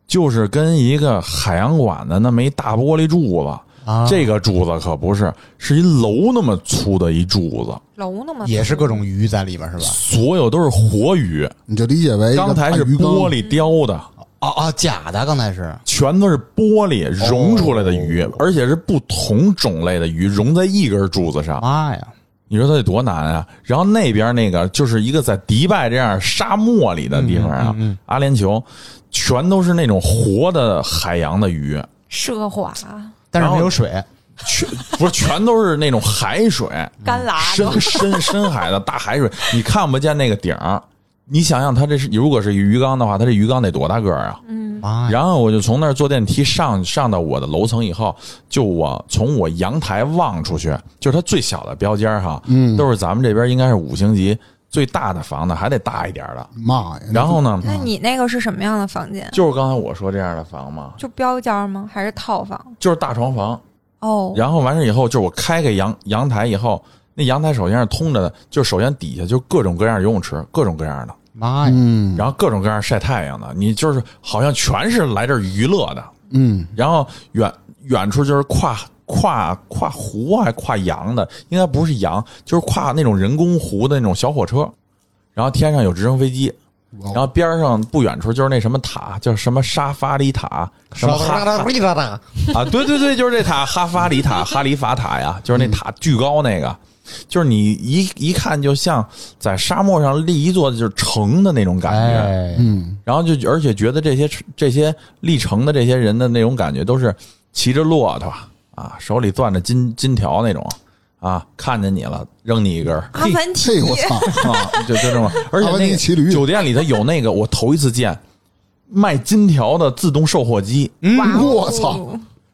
D: 就是跟一个海洋馆的那么一大玻璃柱子。
B: 啊
D: 这个柱子可不是，是一楼那么粗的一柱子，
C: 楼那么
B: 也是各种鱼在里边是吧？
D: 所有都是活鱼。
A: 你就理解为一哎个
D: 刚才是
A: 大鱼缸
D: 玻，璃雕的，
B: 哦哦，假的，刚才是
D: 全都是玻璃溶出来的鱼，
A: 哦
D: 而且是不同种类的鱼溶在一根柱子上。
B: 妈呀，
D: 你说它得多难啊！然后那边那个就是一个在迪拜这样沙漠里的地方啊，阿联酋，全都是那种活的海洋的鱼，
C: 奢华
B: 但是
D: 然后
B: 没有水，
D: 全不是全都是那种海水，
C: 干拉的
D: 深深深海的大海水，你看不见那个顶儿。你想想，它这是如果是鱼缸的话，它这鱼缸得多大个儿啊？
A: 哎
B: 妈呀，
D: 然后我就从那儿坐电梯上上到我的楼层以后，就我从我阳台望出去，就是它最小的标间儿哈，
A: 嗯
D: 都是咱们这边应该是五星级最大的房子，还得大一点儿的。
A: 妈呀！
D: 然后呢，
C: 那
A: 哎
C: 你那个是什么样的房间？
D: 就是刚才我说这样的房嘛，
C: 就标间吗？还是套房？
D: 就是大床房。
C: 哦，
D: 然后完事以后，就是我开开阳阳台以后，那阳台首先是通着的，就首先底下就各种各样的游泳池，各种各样的，
B: 妈呀，
A: 嗯
D: 然后各种各样晒太阳的，你就是好像全是来这儿娱乐的。
A: 嗯，
D: 然后远远处就是跨跨跨湖啊还跨洋的，应该不是洋，就是跨那种人工湖的那种小火车，然后天上有直升飞机，然后边上不远处就是那什么塔，叫什么沙发里塔，什么哈哈啊，对对对，就是这塔，哈法里塔、哈里法塔呀，就是那塔巨高那个，就是你一一看就像在沙漠上立一座就是城的那种感觉。
B: 哎，
A: 嗯
D: 然后就而且觉得这些这些历程的这些人的那种感觉，都是骑着骆驼啊，手里攥着金金条那种啊，看见你了扔你一根儿
C: 阿凡提
A: 这个我 操，
D: 啊，就就这种。而且
A: 阿凡
D: 那
A: 提
D: 个
A: 骑驴
D: 酒店里头有那个，我头一次见卖金条的自动售货机，
C: 哇哦
A: 我操！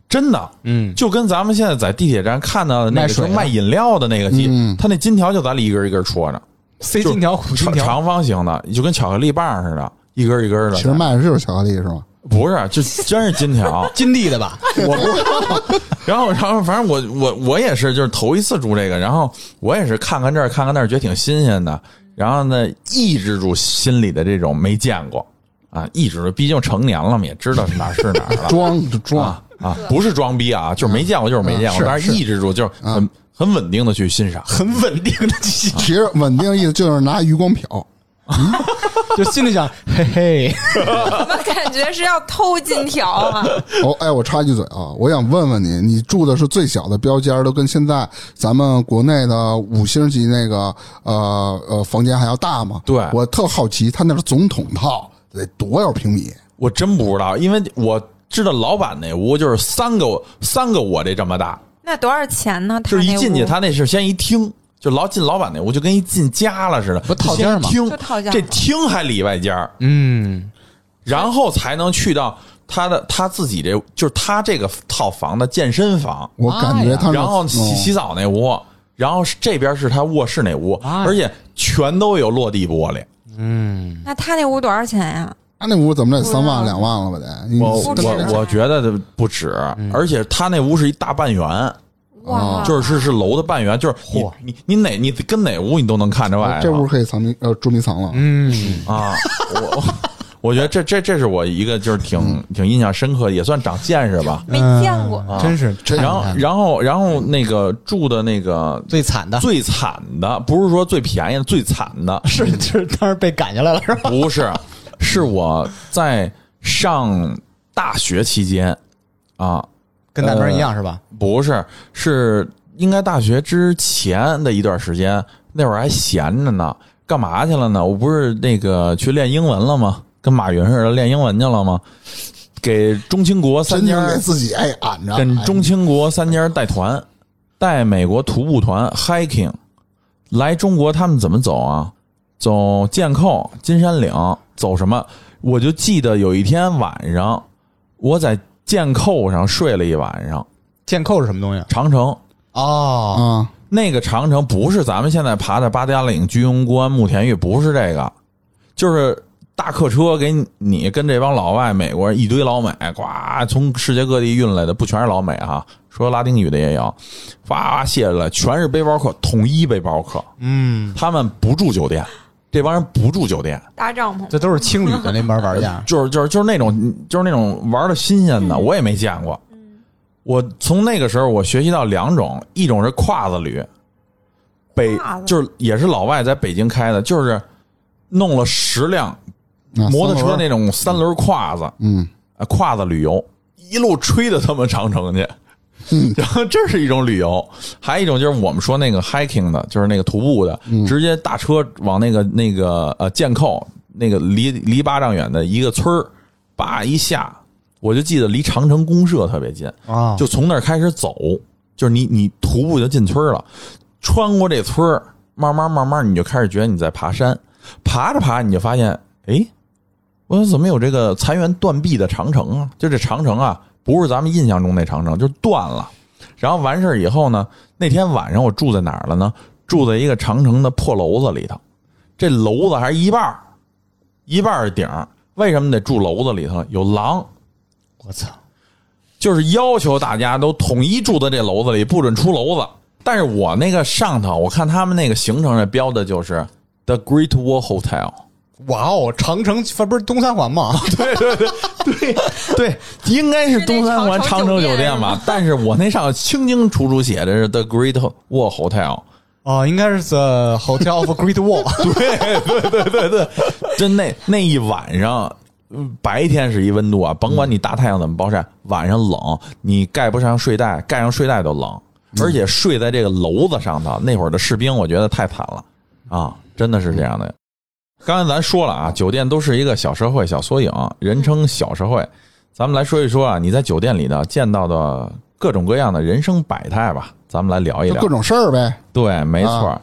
D: 真的。
B: 嗯，
D: 就跟咱们现在在地铁站看到的那
B: 卖
D: 个
B: 水
D: 说
B: 的
D: 卖饮料的那个机
A: 嗯，
D: 他那金条就咱里一根儿一根儿戳着，
B: 塞金条，苦金
D: 长
B: 条，。
D: 长方形的，就跟巧克力棒似的，一根儿一根儿的。
A: 其实卖的就是巧克力是吗？
D: 不是，就真是金条
B: 金地的 吧？
D: 我不，然后然后反正我我我也是，就是头一次住这个，然后我也是看看这儿看看那儿，觉得挺新鲜的。然后呢，抑制住心里的这种没见过啊，抑制住，毕竟成年了嘛，也知道是哪儿是哪儿了。
A: 装装
D: 啊，啊，不是装逼啊，就是没见过，就是没见过，
A: 嗯是
D: 但是抑嗯制住，就是很、很稳定的去欣赏。
B: 很稳定的机
D: 啊
B: 器，
A: 其实稳定意思就是拿余光瞟，
B: 就心里想，嘿嘿，
C: 怎么感觉是要偷金条啊？
A: 哦，哎，我插一句嘴啊，我想问问你，你住的是最小的标间儿，都跟现在咱们国内的五星级那个呃呃房间还要大吗？
D: 对
A: 我特好奇，他那是总统套，得多少平米？
D: 我真不知道，因为我知道老板那屋就是三个三个我这这么大，
C: 那多少钱呢？
D: 就
C: 他
D: 是一
C: 那
D: 进去，
C: 屋
D: 他那是先一厅，就老进老板那屋，就跟一进家了似的，
B: 不
D: 就
B: 套间儿吗
D: 先
C: 就套
D: 听
C: 间儿
D: 这厅还里外间儿，
B: 嗯，
D: 然后才能去到他的他自己这，就是他这个套房的健身房，
B: 嗯
A: 我感觉他是
D: 然后洗
A: 嗯
D: 洗澡那屋，然后这边是他卧室那屋，
B: 哎呀
D: 而且全都有落地玻璃。
B: 嗯，
C: 那他那屋多少钱呀？
A: 他那屋怎么得三万
C: 不知道
A: 两万了吧得？
B: 嗯
A: 你
D: 我
C: 不止
D: 我我觉得不止，而且他那屋是一大半圆，
A: 哦
C: 哇，
D: 啊就是是是楼的半圆，就是你
B: 嚯
D: 你你哪你跟哪屋你都能看着外头。
A: 这屋可以藏迷呃捉迷藏了。
B: 嗯，
D: 啊，我我我觉得这这这是我一个就是挺挺印象深刻，也算长见识吧。
C: 没见过。
B: 嗯真是。
A: 这
D: 然后
B: 看看
D: 然后然后那个住的那个
B: 最惨的
D: 最惨的，不是说最便宜的，最惨的
B: 是是当时被赶下来了是吧？
D: 不是，是我在上大学期间啊，
B: 跟大明儿一样是吧？
D: 不是，是应该大学之前的一段时间，那会儿还闲着呢，干嘛去了呢？我不是那个去练英文了吗？跟马云似的练英文去了吗？给中青国三
A: 真
D: 家
A: 就给自己哎俺着，
D: 跟
A: 哎
D: 中青国三家带团，带美国徒步团 hiking，来中国他们怎么走啊？走箭扣、金山岭，走什么？我就记得有一天晚上，我在箭扣上睡了一晚上，
B: 箭扣是什么东西？
D: 长城。
A: 啊，
B: 哦，
D: 那个长城不是咱们现在爬的八达岭、居庸关、慕田峪，不是这个，就是大客车给你你跟这帮老外、美国人一堆老美，呱，从世界各地运来的，不全是老美啊，说拉丁语的也有，哇卸下来全是背包客，统一背包客，
B: 嗯，
D: 他们不住酒店，这帮人不住酒店，。
C: 搭帐篷，
B: 这都是青旅的那边玩家
D: 就是就是就是那种就是那种玩的新鲜的，我也没见过。我从那个时候我学习到两种，一种是胯子驴，北
C: 胯子
D: 就是也是老外在北京开的，就是弄了十辆
A: 啊
D: 摩托车，
A: 三轮
D: 那种三轮胯子，
A: 嗯，
D: 呃胯子旅游，一路吹到他们长城去。 然后这是一种旅游，还有一种就是我们说那个 hiking 的，就是那个徒步的，直接大车往那个那个呃箭扣那个离离八丈远的一个村儿，叭一下，我就记得离长城公社特别近，
B: 啊，
D: 就从那儿开始走，就是你你徒步就进村儿了，穿过这村儿，慢慢慢慢你就开始觉得你在爬山，爬着爬着你就发现，哎，我怎么有这个残垣断壁的长城啊？就这长城啊，不是咱们印象中那长城，就是断了。然后完事儿以后呢，那天晚上我住在哪儿了呢？住在一个长城的破楼子里头，这楼子还是一半儿一半儿顶儿。为什么得住楼子里头呢？有狼。
B: 我操，
D: 就是要求大家都统一住在这楼子里，不准出楼子。但是我那个上头，我看他们那个行程上标的就是 The Great Wall Hotel，
B: 哇哦，长城不是东三环吗？
D: 对，应该是东三环
C: 是那长
D: 长
C: 城
D: 城
C: 酒
D: 酒
C: 店
D: 店吧
C: 吗？
D: 但是我那上头清清楚楚写的是 The Great Wall Hotel，
B: 哦，应该是 The Hotel of Great Wall。
D: 就那那一晚上，嗯白天是一温度啊，甭管你大太阳怎么暴晒，晚上冷，你盖不上睡袋，盖上睡袋都冷，而且睡在这个楼子上头，那会儿的士兵我觉得太惨了啊，真的是这样的。刚才咱说了啊，酒店都是一个小社会、小缩影，人称小社会。咱们来说一说啊，你在酒店里呢见到的各种各样的人生百态吧，咱们来聊一
A: 就
D: 聊
A: 各。种事儿呗。
D: 对，没错。
A: 啊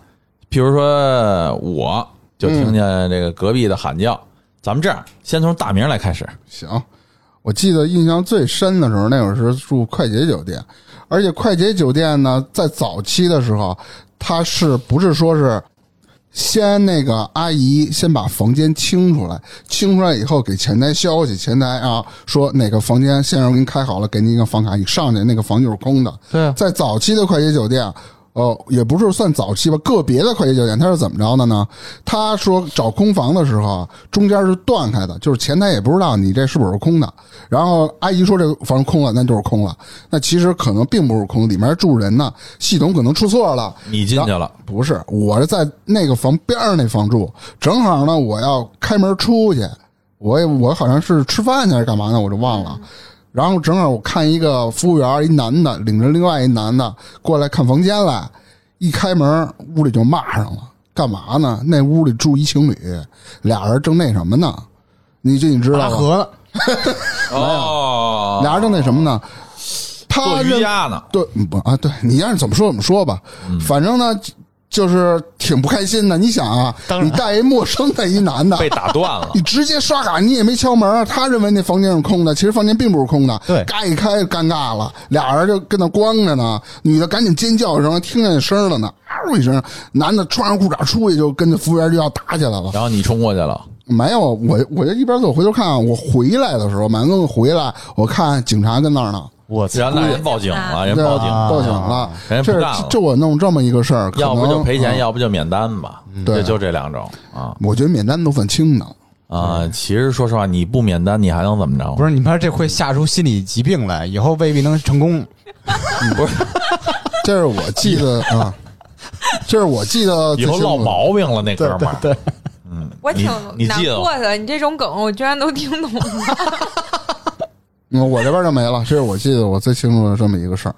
D: 譬如说，我就听见这个隔壁的喊叫。咱们这样，先从大名来开始。
A: 行，我记得印象最深的时候，那会儿是住快捷酒店，而且快捷酒店呢，在早期的时候，它是不是说是先那个阿姨先把房间清出来，清出来以后给前台消息，前台啊说哪个房间先生给你开好了，给你一个房卡，你上去那个房就是空的。
B: 对啊，
A: 在早期的快捷酒店，哦，也不是算早期吧，个别的快捷酒店它是怎么着的呢？他说找空房的时候啊，中间是断开的，就是前台也不知道你这是不是空的。然后阿姨说这个房空了，那就是空了。那其实可能并不是空，里面住人呢，系统可能出错了。
D: 你进去了，
A: 不是，我是在那个房边上那房住，正好呢，我要开门出去，我也我好像是吃饭去还是干嘛呢，我就忘
B: 嗯
A: 了。然后正好我看一个服务员，一男的领着另外一男的过来看房间来，一开门屋里就骂上了，干嘛呢？那屋里住一情侣，俩人正那什么呢？你这你知
B: 拔
A: 道吗？
B: 河呢？
D: 哦
A: 俩人正那什么呢？他
D: 哎做
A: 认
D: 瑜伽呢，
A: 对，嗯不啊，对你要是怎么说怎么说吧，反正呢，就是挺不开心的。你想啊，你带一陌生的一男的，
D: 被打断了
A: 你，直接刷卡，你也没敲门，他认为那房间是空的，其实房间并不是空的。
B: 对
A: 嘎一开尴尬了，俩人就跟那光着呢，女的赶紧尖叫一声，听见声了呢，嗷一声，男的穿上裤衩出去就跟那服务员就要打起来了。
D: 然后你冲过去了，
A: 没有，我我就一边走回头看，啊我回来的时候，满哥回来，我看警察跟那儿呢，
B: 我
D: 然后那人报警了，人报
A: 对
D: 警了，
A: 啊报警了，
D: 人家
A: 这
D: 不
A: 是
D: 干了
A: 这我弄这么一个事儿，可
D: 要不就
A: 能
D: 赔钱，
A: 嗯
D: 要不就免单吧，
A: 对
D: 这就这两种啊
A: 我觉得免单都算轻的。
D: 啊。其实说实话，你不免单，你还能怎么着？
B: 不是你妈这会吓出心理疾病来，以后未必能成功。
A: 这是我记得啊，这是我记得
D: 以
A: 最
D: 后
A: 清
D: 落
A: 楚的。
D: 毛病了，那哥们儿。对，嗯，
C: 我挺
D: 你你
C: 难
D: 记得吗
C: 过的，你这种梗我居然都听懂了。
A: 嗯，我这边就没了。这是我记得我最清楚的这么一个事儿。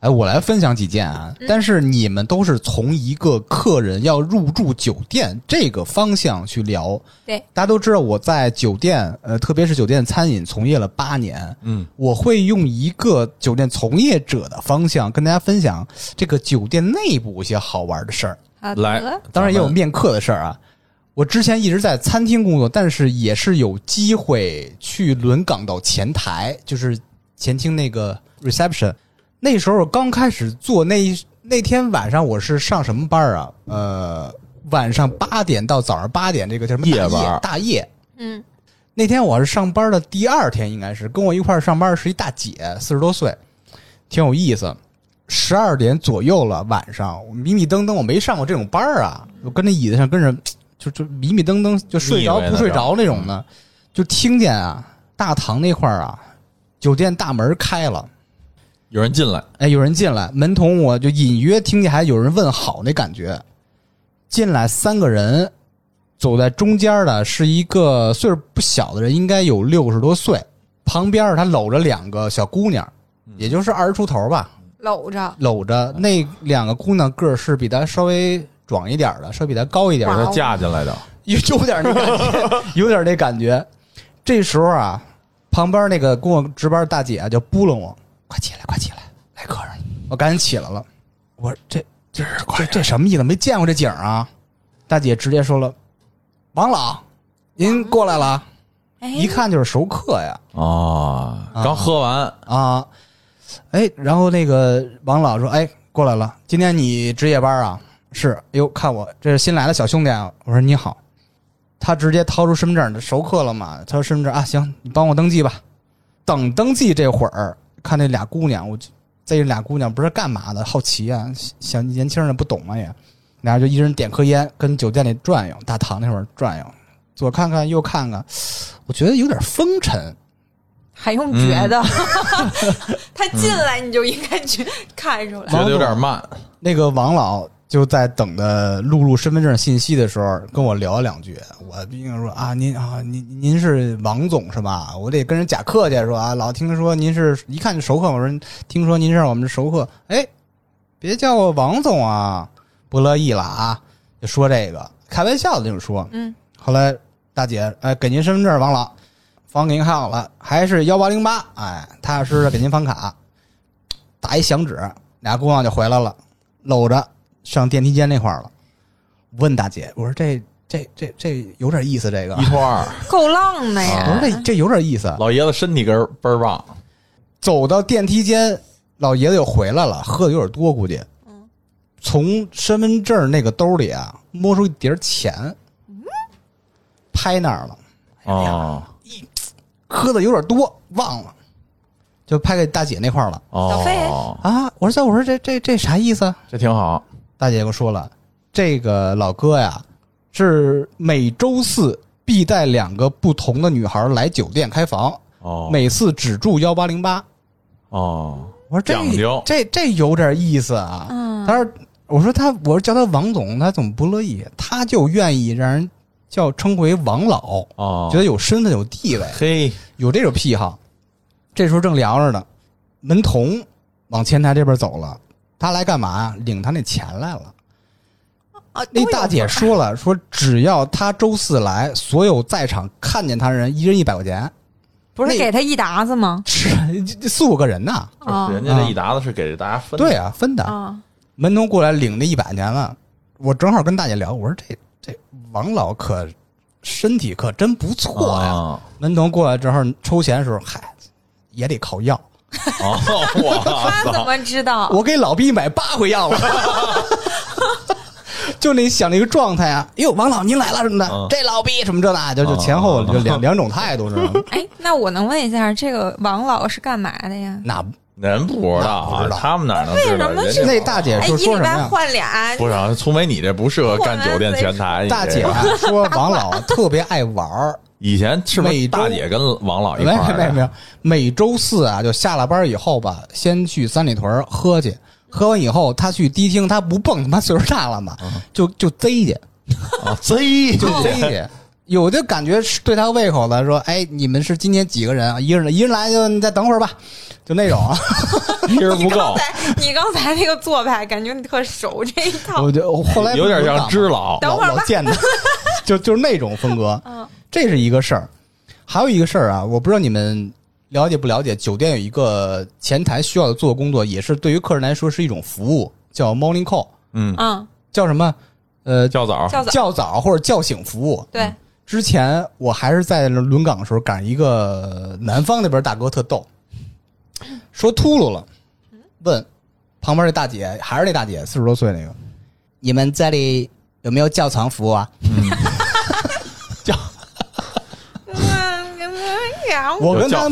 B: 哎，我来分享几件啊，但是你们都是从一个客人要入住酒店这个方向去聊。
C: 对，
B: 大家都知道我在酒店，呃，特别是酒店餐饮从业了八年，
D: 嗯，
B: 我会用一个酒店从业者的方向跟大家分享这个酒店内部一些好玩的事儿，
C: 好
D: 来
C: 的，
B: 当然也有
D: 咱们
B: 面客的事儿啊。我之前一直在餐厅工作，但是也是有机会去轮岗到前台，就是前厅那个 reception。那时候刚开始做那一那天晚上我是上什么班儿啊？呃，晚上八点到早上八点，这个叫什么大
D: 夜班
B: 大夜
C: 嗯，
B: 那天我是上班的第二天，应该是跟我一块儿上班的是一大姐，四十多岁，挺有意思。十二点左右了，晚上我迷迷瞪瞪，我没上过这种班儿啊，我跟那椅子上跟着就就迷迷瞪瞪，就睡着
D: 腻歪嗯
B: 不
D: 的
B: 睡着那种的，就听见啊，大堂那块儿啊，酒店大门开了，
D: 有人进来，
B: 哎，有人进来，门童我就隐约听见还有人问好那感觉。进来三个人，走在中间的是一个岁数不小的人，应该有六十多岁，旁边他搂着两个小姑娘，也就是二十出头吧，
C: 搂着，
B: 搂着那两个姑娘个儿是比他稍微壮一点的，稍微比他高一点
D: 把
B: 的，
D: 他架进来的。
B: 有 有点那感觉，有点那感觉。这时候啊，旁边那个跟我值班大姐啊就拨弄我，快起来，快起来，来客人了。我赶紧起来了，我说这这这这什么意思？没见过这景儿啊！大姐直接说了：“王老，您过来了，
C: 哎，
B: 一看就是熟客呀
D: 哦，刚喝完，
B: 啊！”哎，然后那个王老说：“哎，过来了，今天你值夜班啊？是，哎呦，看我这是新来的小兄弟啊！”我说：“你好。”他直接掏出身份证，熟客了嘛？他说身份证啊，行，你帮我登记吧。等登记这会儿，看那俩姑娘，我就这俩姑娘不是干嘛的？好奇啊，小年轻人不懂啊嘛也，俩人就一人点颗烟，跟酒店里转悠，大堂那会儿转悠，左看看右看看，我觉得有点风尘。
C: 还用觉得？
D: 嗯
C: 他进来你就应该去看出来。
D: 觉得有点慢，
B: 那个王老就在等着录入身份证信息的时候，跟我聊了两句。我毕竟说啊，您啊，您您是王总是吧？我得跟人假客气说啊，老听说您是一看就熟客。我说听说您是我们的熟客，哎，别叫我王总啊，不乐意了啊，就说这个开玩笑的那种说。
C: 嗯，
B: 后来大姐，哎，给您身份证，王老，房给您看好了，还是幺八零八，哎，踏踏实实地给您房卡。打一响指，俩姑娘就回来了，搂着上电梯间那块儿了。问大姐，我说这这这这有点意思，这个
D: 一拖二，
C: 够浪的
D: 啊
B: 我说
C: 呀！
B: 这这有点意思。
D: 老爷子身体根儿倍儿棒，
B: 走到电梯间，老爷子又回来了，喝的有点多，估计。从身份证那个兜里啊，摸出一叠钱，拍那儿了。哎
D: 哦
B: 喝的有点多，忘了，就拍给大姐那块儿了
C: 小飞
D: 哦，
B: 啊！我说，我说这这这啥意思啊？
D: 这挺好，
B: 大姐跟我说了，这个老哥呀，是每周四必带两个不同的女孩来酒店开房，
D: 哦
B: 每次只住幺八零八。
D: 哦，
B: 我说
D: 讲究
B: 这这这有点意思啊。
C: 嗯
B: 他说，我说他，我说叫他王总，他怎么不乐意？他就愿意让人叫称为王老，
D: 哦，
B: 觉得有身份有地位。
D: 嘿，
B: 有这种癖好。这时候正聊着呢，门童往前台这边走了，他来干嘛呀？领他那钱来了。
C: 啊，
B: 那大姐说了，说只要他周四来，所有在场看见他的人，一人一百块 钱，
C: 不是
B: 那
C: 给他一沓子吗？
B: 是四五个人呐。
D: 就是
C: 啊
D: 人家那一沓子是给大家分的，
B: 对啊，分的。
C: 啊，
B: 门童过来领那一百年了，我正好跟大姐聊，我说这这王老可身体可真不错呀。
D: 啊
B: 门童过来正好抽钱的时候，嗨，也得靠药。
D: 哦，
C: 啊他
D: 我
C: 怎
D: 操！
C: 么知道？
B: 我给老毕买八回药了。就那想那个状态啊，哟，王老您来了什么的，
D: 嗯
B: 这老毕什么这那，就就
D: 嗯
B: 前后就两、
D: 嗯
B: 两种态度是吗？
C: 哎，那我能问一下，这个王老是干嘛的呀？
B: 那
D: 人不知 道
B: 不
D: 啊
B: 知，道
D: 他们哪能知道？
C: 为什么
D: 人
C: 是
D: 家
B: 那大姐
C: 哎，
B: 说
C: 一
B: 说什么
C: 礼拜
B: 呀？
C: 换俩，
D: 不是啊，聪梅，你这不适合干酒店前台。你 这
B: 大姐啊说王老特别爱玩儿，
D: 以前是不
B: 每
D: 是
B: 周
D: 大姐跟王老一
B: 没
D: 块
B: 没没
D: 儿的？
B: 没有，每周四啊，就下了班以后吧，先去三里屯儿喝去，喝完以后他去迪厅，他不蹦，他妈岁数大了嘛，
D: 嗯
B: 就就贼去，
D: 啊，贼
B: 就这些。有的感觉是对他胃口的，说：“哎，你们是今天几个人啊？一个人一人来就你再等会儿吧，就那种。啊
D: 一人不
C: 你刚
D: 够，
C: 才你刚才那个做派，感觉你特熟这一”套
B: 我。就我 后来
D: 有点像
B: 知
D: 知老
C: 等
B: 老
C: 会儿吧
B: 老见的，就就是那种风格。
C: 嗯
B: 这是一个事儿，还有一个事儿啊，我不知道你们了解不了解，酒店有一个前台需要做的工作，也是对于客人来说是一种服务，叫 morning call，
D: 嗯，
C: 嗯，
B: 叫什么？呃，
D: 较早
C: 叫早
B: 叫早或者叫醒服务。
C: 对，
B: 之前我还是在轮岗的时候，赶一个南方那边大哥特逗，说秃噜了，问旁边这大姐还是那大姐四十多岁那个，你们这里有没有窖藏服务啊？嗯
C: 嗯我
B: 我跟
D: 有
B: 他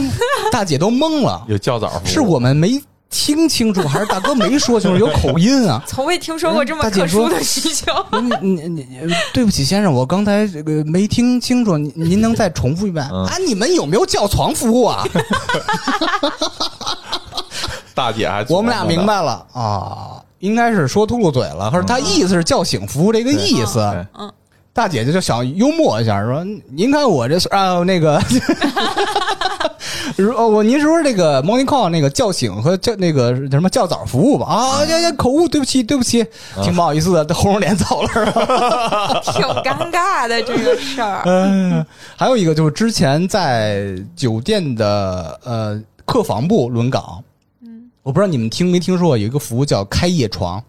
B: 大姐都懵 了，
D: 有较早，
B: 是我们没听清楚，还是大哥没说清楚？有口音啊！
C: 从未听说过这么
B: 大姐
C: 特殊
B: 说
C: 的需求。
B: 您您您，对不起先生，我刚才这个没听清楚，您您能再重复一遍
D: 嗯
B: 啊？你们有没有叫床服务 啊？
D: 大姐还
B: 我
D: 琢磨呢
B: 们俩明白了啊，应该是说秃噜嘴了，可是他意思是叫醒服务这个意
D: 嗯对
B: 思。
C: 嗯，
B: 大姐姐就想幽默一下，说：“您看我这是啊，那个， 如哦，我您是不是那个 morning call 那个叫醒和叫那个叫什么叫早服务吧？啊，这这口误，对不起，对不起，挺不好意思的，红着脸走了。是吧。
C: 挺尴尬的这个事儿
B: 嗯，还有一个就是之前在酒店的呃客房部轮岗，嗯，我不知道你们听没听说过有一个服务叫开夜床。”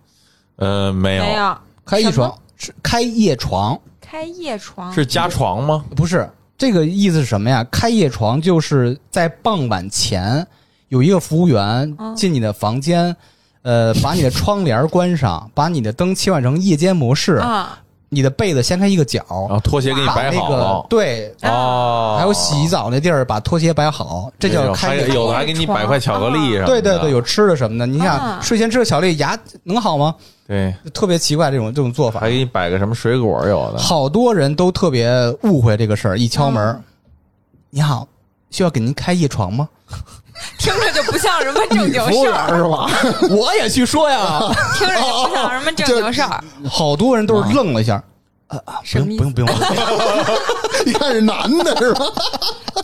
D: 呃，
B: 哎
D: 没
C: 没
D: 有，
C: 有
B: 开夜
C: 什
B: 床是开夜床，
C: 开夜床
D: 是加床吗？
B: 不是这个意思是什么呀？开夜床就是在傍晚前有一个服务员
C: 嗯
B: 进你的房间，呃，把你的窗帘关上，把你的灯切换成夜间模式，
C: 啊，
B: 你的被子掀开一个角，
D: 然后拖鞋给你
B: 把
D: 摆
B: 那
D: 好
B: 个
D: 了，
B: 对，
D: 哦，
B: 还有洗澡那地儿把拖鞋摆好，这
D: 哎
B: 叫
D: 呦
B: 开
D: 还
B: 夜
D: 有
B: 床。
D: 的还给你摆块巧克力什么的，
B: 对对对，有吃的什么的，你
C: 啊
B: 想睡前吃个巧克力，牙能好吗？
D: 对，
B: 特别奇怪这种这种做法
D: 还，给你摆个什么水果有的，
B: 好多人都特别误会这个事儿，一敲门，你好，需要给您开夜床吗？
C: 听着就不像什么正
A: 女
C: 经
A: 服务
C: 事
A: 员
C: 儿，
A: 是吧？
B: 我也去说呀，
C: 听着就不像什么正
B: 啊
C: 经事儿。
B: 好多人都是愣了一下，啊，不
C: 什么
B: 用
C: 意
B: 不
C: 思
B: 用不用，
A: 一看是男的是吧？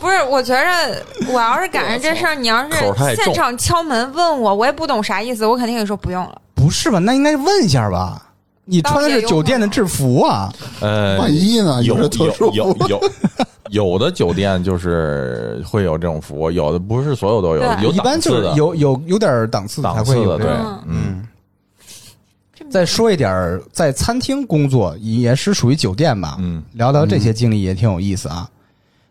C: 不是，我觉着我要是赶上这事儿，你要
D: 口太
C: 是
D: 重
C: 现场敲门问我，我也不懂啥意思，我肯定也说不用了。
B: 不是吧？那应该问一下吧。你穿的是酒店的制服啊，
D: 呃，
A: 万一呢？
D: 有
A: 这特殊
D: 有有有有的酒店就是会有这种服务，有的不是所有都有，
C: 对
D: 有
B: 一般
D: 档
B: 就是
D: 次的，
B: 有有有点档次的才
D: 档
B: 会
D: 次
B: 有
D: 的，
B: 这
D: 对
B: 个。
C: 嗯，
D: 嗯，
B: 再说一点儿，在餐厅工作也是属于酒店吧，
D: 嗯，
B: 聊聊这些经历也挺有意思啊。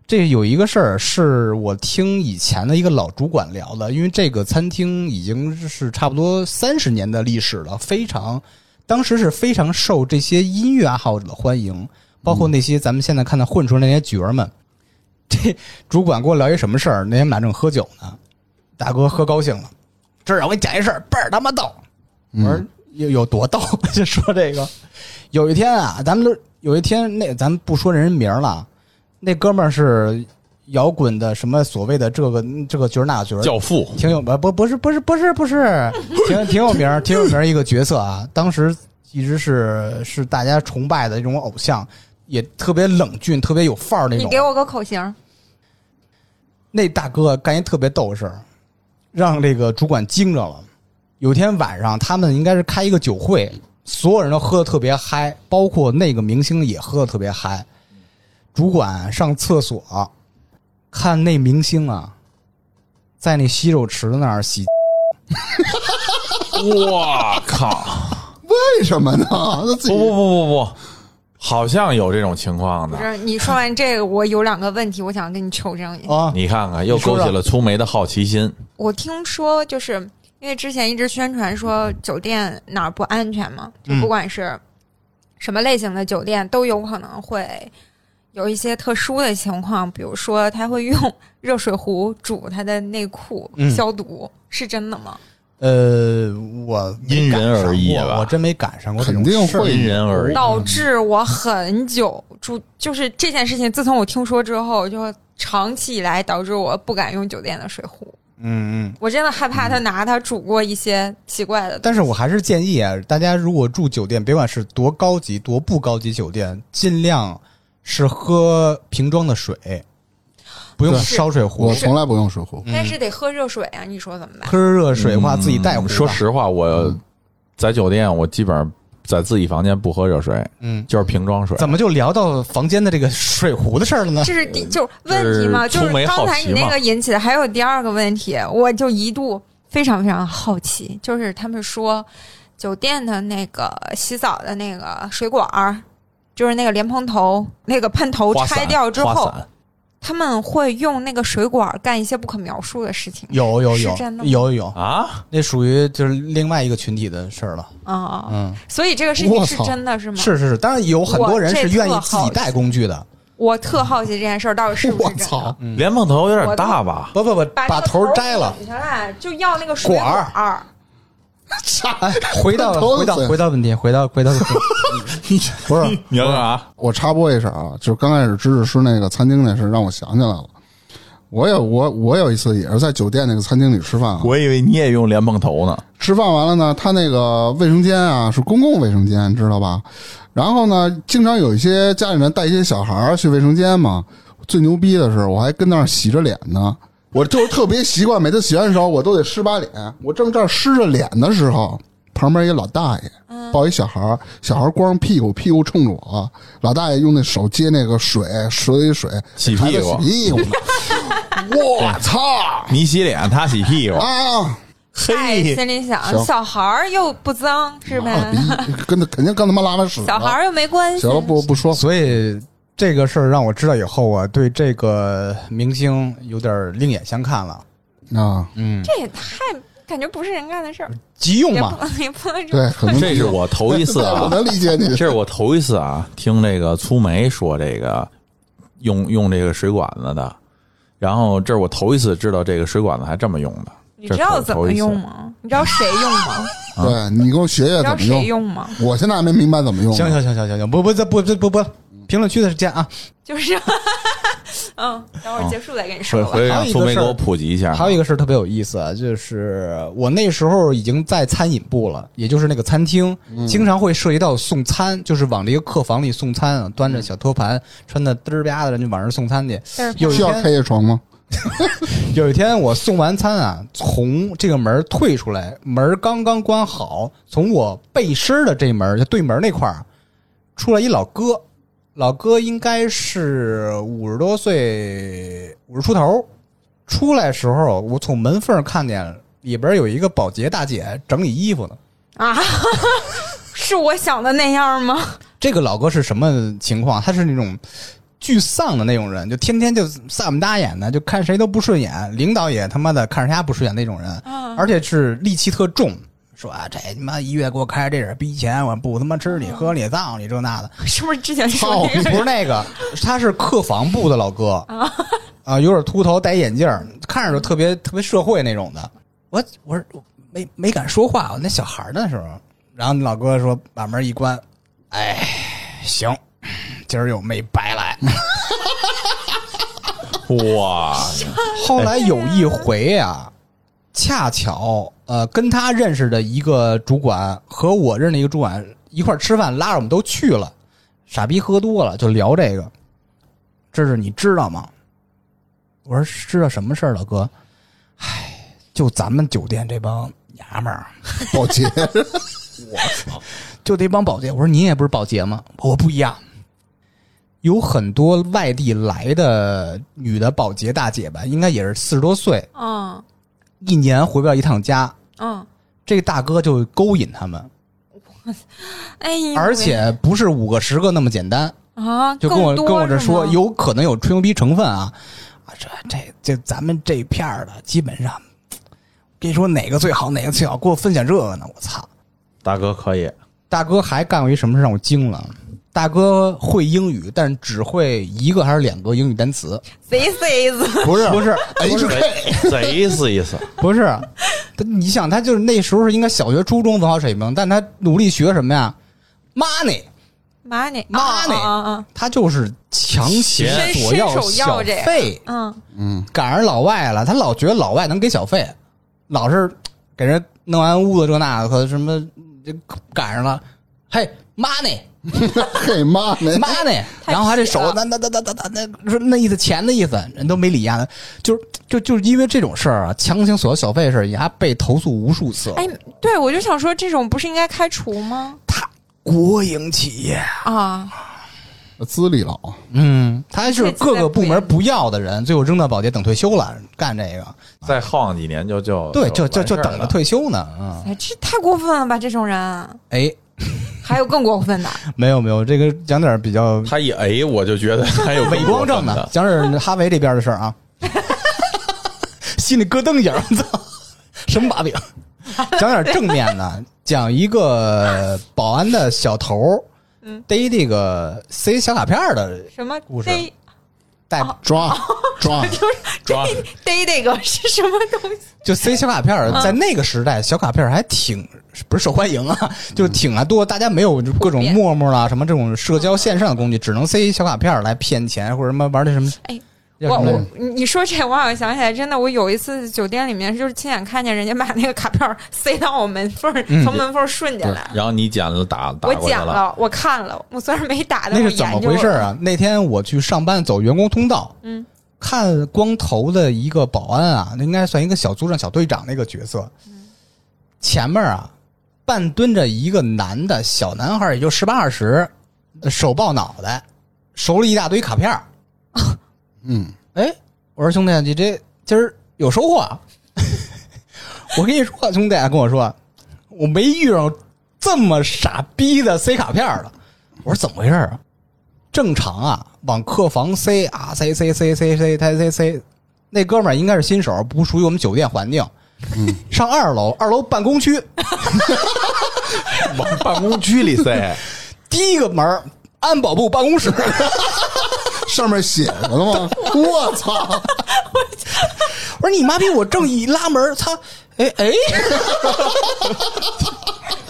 B: 这有一个事儿是我听以前的一个老主管聊的，因为这个餐厅已经是差不多三十年的历史了，非常当时是非常受这些音乐爱好者的欢迎，包括那些咱们现在看到混出来那些角儿们。 这主管跟我聊一什么事儿？那天我们俩正喝酒呢，大哥喝高兴了，这儿我给你讲一事儿，倍儿他妈逗。
A: 嗯
B: 我说有有多逗？ 就说这个，有一天啊，咱们都有一天那咱们不说人名了，那哥们儿是摇滚的什么所谓的这个这个角儿那角儿，
D: 嗯 教父
B: 挺有不不不是不是不是不是，挺挺有名儿挺有名儿一个角色啊，当时一直是是大家崇拜的一种偶像，也特别冷峻，特别有范儿那种。
C: 你给我个口型，
B: 那大哥干一特别逗的事儿，让这个主管惊着了。有一天晚上，他们应该是开一个酒会，所有人都喝的特别嗨，包括那个明星也喝的特别嗨。主管上厕所，看那明星啊，在那洗手池那儿洗，
D: 我靠！
A: 为什么呢？他自己
D: 不不不不不，好像有这种情况
C: 不
D: 的。
C: 是你说完这个，我有两个问题，我想跟你求证 一下。
B: 啊，
D: 你看看，又
B: 你说
D: 勾
B: 说
D: 起了粗眉的好奇心。
C: 我听说就是因为之前一直宣传说酒店哪儿不安全嘛，就
B: 嗯
C: 不管是什么类型的酒店，都有可能会有一些特殊的情况，比如说他会用热水壶煮他的内裤
B: 嗯
C: 消毒，是真的吗？
B: 呃，我没
D: 因人
B: 赶上
D: 而异
B: 过
D: 吧
B: 我真没赶上过这种
A: 肯定
B: 事儿
A: 会
D: 因人而异
C: 导致我很久住，就是这件事情，自从我听说之后，就长期以来导致我不敢用酒店的水壶。
B: 嗯嗯。
C: 我真的害怕他拿它煮过一些奇怪的东西。
B: 但是我还是建议啊，大家如果住酒店，别管是多高级、多不高级酒店，尽量是喝瓶装的水，不用
A: 对
B: 烧水壶
A: 我。从来不用水壶，
C: 但是得喝热水啊，你说怎么办？
B: 喝热水的话，自己带回
D: 嗯
B: 去。
D: 说，实话，我在酒店，我基本上在自己房间不喝热水，
B: 嗯，
D: 就是瓶装水。
B: 怎么就聊到房间的这个水壶的事儿了呢？
C: 这是第
D: 嗯
C: 就是问题嘛，
D: 这
C: 就是是刚才你那
D: 粗眉好奇嘛
C: 个引起的，还有第二个问题，我就一度非常非常好奇，就是他们说酒店的那个洗澡的那个水管儿，就是那个莲蓬头那个喷头
D: 花伞
C: 拆掉之
D: 花
C: 后，
D: 伞
C: 他们会用那个水管儿干一些不可描述的事情。
B: 有有有
C: 是真的
B: 有
C: 吗
B: 有有，
D: 啊，
B: 那属于就是另外一个群体的事儿了。
C: 啊、
B: 嗯，
C: 所以这个事情
A: 我
C: 是
A: 操
C: 真的是吗？
B: 是是是，当然有很多人是愿意
C: 我这
B: 自
C: 特
B: 己
C: 好
B: 带工具的。
C: 我特好奇这件事儿到底是不
A: 我
C: 是真的
A: 操。！
B: 嗯
D: 莲蓬头有点大吧？
B: 不不不，
C: 把
B: 把
C: 那个
B: 头儿摘了。
C: 拧下来，就要那个水
B: 管儿
C: 儿。
B: 哎，回到
A: 头
B: 回到
A: 子
B: 回到问题，回到回到问题。
A: 不是
D: 你要干啥？
A: 我插播一声啊，就是刚开始芝芝吃那个餐厅那事，让我想起来了。我也我我有一次也是在酒店那个餐厅里吃饭啊，
D: 我以为你也用莲蓬头呢。
A: 吃饭完了呢，他那个卫生间啊是公共卫生间，知道吧？然后呢，经常有一些家里人带一些小孩儿去卫生间嘛。最牛逼的是，我还跟那儿洗着脸呢。我就是特别习惯，每次洗完手我都得湿把脸。我正这儿湿着脸的时候，旁边一老大爷抱一小孩儿，小孩儿光着屁股，屁股冲着我，老大爷用那手接那个水，水水
D: 洗
A: 还在
D: 屁股
A: 洗屁股呢。哎我 操！
D: 你洗脸，他洗屁股。
A: 啊！
C: 嗨，哎心里想，
A: 行
C: 小孩儿又不脏是吧？
A: 妈逼，跟他肯定跟他妈拉完屎了。
C: 小孩儿又没关系
A: 啊行。了，不不说，
B: 所以这个事儿让我知道以后，我对这个明星有点另眼相看了。
A: 啊，
B: 嗯，
C: 这也太感觉不是人干的事儿，
B: 急用
C: 也
B: 嘛，
C: 不也不能这
A: 对
C: 么，
A: 可能
D: 这是我头一次
A: 我
D: 啊，
A: 能理解你
D: 这。是我头一次啊，听这个粗梅说这个用用这个水管子的，然后这是我头一次知道这个水管子还这么用的。
C: 你知道怎么用
D: 吗？
C: 吗？你知道谁用吗？
D: 啊
A: 对你给我学学
C: 你知道
A: 怎么
C: 谁
A: 用，
C: 用吗？
A: 我现在还没明白怎么用。
B: 行行行行行行，不不这不这不不，评论区的见啊。
C: 就是， 嗯，等会儿结束再跟你
D: 回
C: 说吧
D: 回。让粗梅
B: 还
D: 给
B: 有一个
D: 我
B: 事儿
D: 普及一
C: 啊
D: 下。
B: 还有一个事儿特别有意思，就是我那时候已经在餐饮部了，也就是那个餐厅，
C: 嗯
B: 经常会涉及到送餐，就是往这个客房里送餐啊，端着小托盘，穿的嘚儿吧的人就往这儿送餐去。
C: 但是
B: 有一
A: 需要
B: 天
A: 开夜床吗？
B: 有一天我送完餐啊，从这个门儿退出来，门儿刚刚关好，从我背身儿的这门儿就对门儿那块儿出来一老哥，老哥应该是五十多岁，五十出头。出来时候，我从门缝儿看见里边儿有一个保洁大姐整理衣服呢。
C: 啊， 是我想的那样吗？
B: 这个老哥是什么情况？他是那种巨丧的那种人，就天天就撒不搭眼的，就看谁都不顺眼，领导也他妈的看着他不顺眼那种人，而且是戾气特重。说啊，这他妈一月给我开这点逼钱，我不他妈吃你喝你葬你这那的，
C: 是不是之前说
A: 操
C: 那个
B: 哦不是那个，他是客房部的老哥啊、有点秃头，戴眼镜儿，看着就特别特别社会那种的。我我说我没没敢说话，我那小孩儿那时候，然后那老哥说把门一关，哎，行，今儿又没白来。
D: 哇，
B: 后来有一回啊，恰巧呃跟他认识的一个主管和我认识的一个主管一块儿吃饭，拉着我们都去了。傻逼喝多了就聊这个，这是你知道吗？我说知道什么事儿，老哥？唉，就咱们酒店这帮娘们儿，
A: 保洁
B: 就这帮保洁。我说您也不是保洁吗？我不一样，有很多外地来的女的保洁大姐吧，应该也是四十多岁，
C: 嗯
B: 一年回不了一趟家，
C: 嗯，
B: 这个大哥就勾引他们，
C: 哎呦喂，
B: 而且不是五个十个那么简单，
C: 啊，
B: 就跟我
C: 更多
B: 跟我这
C: 是吗
B: 说，有可能有吹牛逼成分啊啊！这这这，咱们这片儿的基本上，跟你说哪个最好，哪个最好，给我分享这个呢？我操！
D: 大哥可以，
B: 大哥还干过一什么事让我惊了？大哥会英语，但只会一个还是两个英语单 词？
C: 贼 C 子，
A: 不是
B: 不是哎
A: H K，
D: 贼意思意思，
B: 不是，他你想，他就是那时候是应该小学、初中文化水平，但他努力学什么呀？money，
C: 妈你
B: 妈你
C: 啊
B: 他就是强行
D: 钱
B: 索要
C: 伸手
B: 小
C: 要这个
B: 费，
C: 啊啊，
A: 嗯，
B: 赶上老外了，他老觉得老外能给小费，老是给人弄完屋子这那的，和什么这赶上了，嘿，money。
A: 嘿妈没
B: 妈呢？
C: 太
B: 然后还这手
C: 皮
B: 那
C: 了
B: 那那那那那那说那意思钱的意思，人都没理呀，就是就就是因为这种事儿啊，强行索要小费的事儿，也还被投诉无数次。
C: 嗯，哎，对，我就想说，这种不是应该开除吗？
B: 国营企业，
C: 啊，
A: 资历老，
B: 嗯，他是
C: 这次
B: 各个部门
C: 在不
B: 不要的人，最后扔到保洁等退休了，干这个，
D: 再耗上几年就就
B: 对，就就就
D: 完事儿
B: 等着
D: 了。
B: 退休呢。嗯，
C: 哎，这太过分了吧，这种人，啊
B: 哎，
C: 还有更过分的，
B: 没有没有，这个讲点儿比较
D: 他一 A，我就觉得还有
B: 伪光正的
D: 的，，
B: 讲点儿哈维这边的事儿啊，心里咯噔一下，我操，什么把柄？讲点儿正面的，讲一个保安的小头儿
C: 嗯
B: 逮这个塞小卡片儿的
C: 什么
B: 故事
C: 逮
B: 带，
A: 抓抓，
D: 抓
C: 逮那个是什么东西？
B: 就塞小卡片儿，
C: 嗯
B: 在那个时代，小卡片儿还挺不是受欢迎啊，就是挺啊多，大家没有就各种
C: 普遍
B: 陌陌啦什么这种社交线上的工具，只能塞小卡片儿来骗钱或者什么玩的什么。
C: 哎
B: 叫
C: 我
B: 什么来着
C: 我你你说这，我好像想起来，真的，我有一次酒店里面就是亲眼看见人家把那个卡片儿塞到我门缝儿，
B: 嗯
C: 从门缝儿顺进来。
D: 然后你捡了打打
C: 我
D: 过去
C: 捡了，我看了，我虽然没打，但
B: 那
C: 我
B: 是怎么
C: 研究
B: 回事
C: 了
B: 啊？那天我去上班走员工通道，
C: 嗯，
B: 看光头的一个保安啊，那应该算一个小组长、小队长那个角色。
C: 嗯
B: 前面啊，半蹲着一个男的小男孩，也就十八二十，呃手抱脑袋，手里一大堆卡片儿。
A: 嗯，
B: 哎，我说兄弟，你这今儿有收获啊？ 我跟你说，啊兄弟跟我说，我没遇上这么傻逼的塞卡片儿的。我说怎么回事儿啊？正常啊，往客房塞啊，塞塞塞塞塞塞塞塞。那哥们儿应该是新手，不属于我们酒店环境。上二楼，二楼办公区，
D: 往办公区里塞，
B: 第一个门儿安保部办公室。
A: 上面写着了吗？我操，
B: 我说你妈逼！我正一拉门儿，操！哎哎，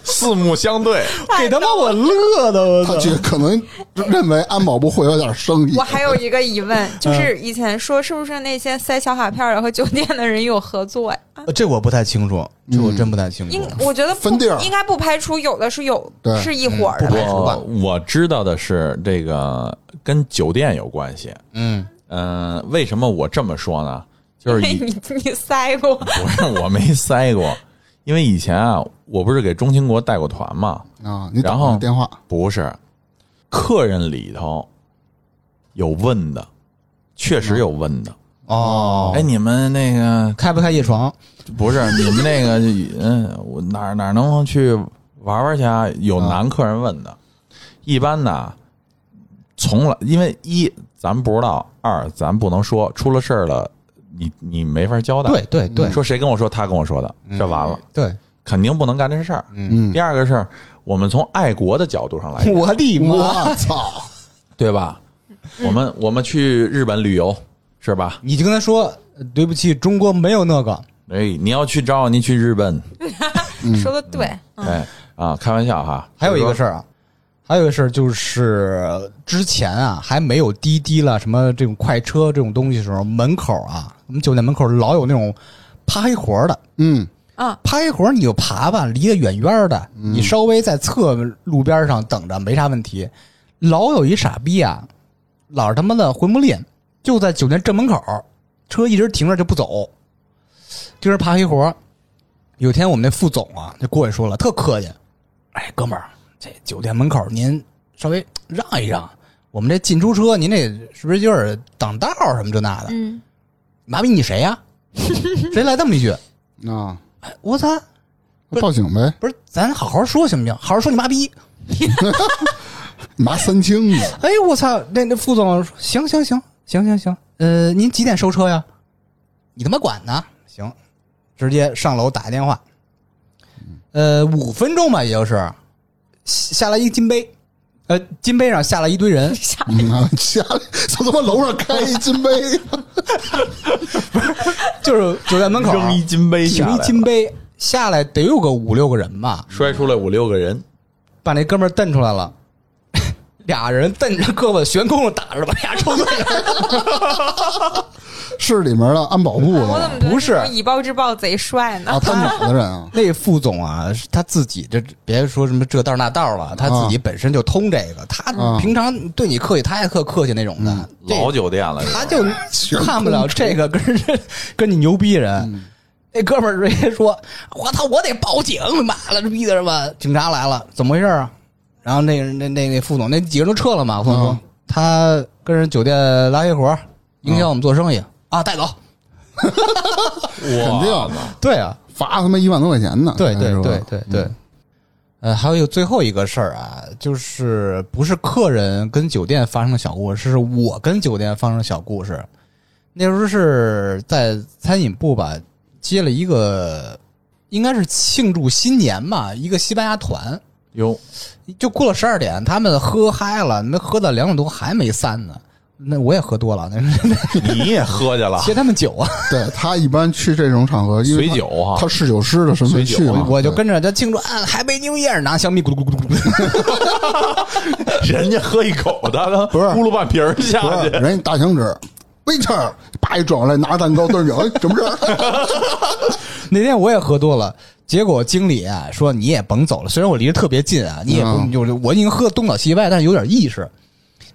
D: 四目相对，
B: 给他妈我乐的，我操
A: 他！觉得可能认为安保部会有点生意啊
C: 我，还有一个疑问，
B: 嗯
C: 就是以前说是不是那些塞小卡片儿的和酒店的人有合作呀？
B: 呃这我不太清楚，这我真不太清楚。
C: 应我觉得不
A: 分地儿
C: 应该不排除有的是有
A: 对
C: 是一伙儿
B: 嗯不排
C: 的吧？
B: 除吧
D: 我呃我知道的是这个跟酒店有关系。
B: 嗯，
D: 嗯、为什么我这么说呢？就是以
C: 因 为 你你塞过，
D: 不是我没塞过，因为以前啊，我不是给中兴国带过团吗？
A: 啊，你打
D: 然后
A: 电话，
D: 不是，客人里头有问的，确实有问的。
B: 哦，
D: 哎，，你们那个
B: 开不开夜床？
D: 不是你们那个， 嗯，我哪儿哪儿能去玩玩去啊？有男客人问的，一般呢，从来因为一咱们不知道，二咱不能说出了事儿了，你你没法交代。
B: 对对对，
D: 说谁跟我说，他跟我说的，
B: 嗯
D: 这完了，
B: 对，
D: 肯定不能干这事儿。
A: 嗯
D: 第，二个是我们从爱国的角度 上来讲，
B: 哎我的妈！
A: 我操，
D: 对吧？我们我们去日本旅游是吧？
B: 你就跟他说，呃对不起，中国没有那个。
D: 哎，你要去找你去日本，
B: 嗯
C: 说的对，
D: 哎啊，开玩笑哈。
B: 还有一个事儿啊，还有一个事儿就是之前啊还没有滴滴了什么这种快车这种东西的时候，门口啊，我们酒店门口老有那种趴黑活的。
A: 嗯，
C: 嗯，
B: 趴一会儿你就爬吧，离得远远的，你稍微在侧路边上等着没啥问题。老有一傻逼啊，老是他妈的回不吝，就在酒店正门口，车一直停着就不走，就是爬黑活儿。有天我们那副总啊就过去说了，特客气，哎，哥们儿，这酒店门口您稍微让一让，我们这进出车您这是不是有点挡道儿什么这那的？
C: 嗯，
B: 啊麻痹你谁呀、谁来这么一句？
A: 啊，
B: 我操，
A: 那报警呗，
B: 不是，咱好好说行不行？好好说你妈逼！
A: 拿三清呢，
B: 哎呦我操！那那副总，行行行行行行，呃，您几点收车呀？你他妈管呢？行，直接上楼打一电话。呃，五分钟吧，也就是下来一金杯，呃，金杯上 下来一堆人，
A: 嗯啊，家里从他妈楼上开一金杯，
B: 就是酒店门口
D: 扔一金杯下
B: 停
D: 来
B: 一
D: 了，
B: 金杯下来得有个五六个人吧，
D: 摔出来五六个人，
B: 把那哥们儿蹬出来了， 俩人蹬着胳膊悬空着打着，把俩抽对了。
A: 是里面的安保部
C: 哎我怎
A: 的
C: 么觉得
B: 不是
C: 这种以暴制暴贼帅呢
A: 啊，？他们哪的人 啊？
B: 那副总啊，是他自己这别说什么这道那道了，他自己本身就通这个，他
A: 啊
B: 平常对你客气，他也特客气那种的。这
D: 老酒店了，
B: 他就看不了这个跟人 跟你牛逼人。那哥们儿直接说：“我操，我得报警！妈了，这逼的是吧？警察来了，怎么回事啊？”然后那那那那副总，那几个人都撤了嘛。副总说：“
A: 嗯
B: 他跟人酒店拉黑活，影响我们做生意、啊，带走。
A: 肯定
D: 哇，”
B: 对啊，
A: 罚他妈一万多块钱呢，
B: 对对
A: 是吧嗯
B: 对对对。呃，还有最后一个事儿啊，就是不是客人跟酒店发生的小故事，是我跟酒店发生的小故事。那时候是在餐饮部吧，接了一个，应该是庆祝新年吧，一个西班牙团，
D: 哟，
B: 就过了十二点，他们喝嗨了，那喝到两点多还没散呢。那我也喝多了，那 是，
D: 你也喝去了
B: 接他们酒啊，
A: 对他一般去这种场合，因为
D: 随
A: 他
D: 酒啊
A: 他，是酒师的身份
D: 随酒
A: 去嘛，
B: 我就
A: 对
B: 跟着他庆祝，啊，还没 New Year，拿香蜜咕噜咕噜咕噜咕噜。
D: 人家喝一口的，他
A: 不是
D: 咕噜半瓶儿下
A: 不是
D: 去，
A: 人家大响指，waiter，叭一转过来拿着蛋糕端酒，哎，什么事 儿？
B: 那天我也喝多了，结果经理啊说你也甭走了，虽然我离得特别近啊，你也不
A: 嗯
B: 就是我已经喝得东倒西歪，但是有点意识。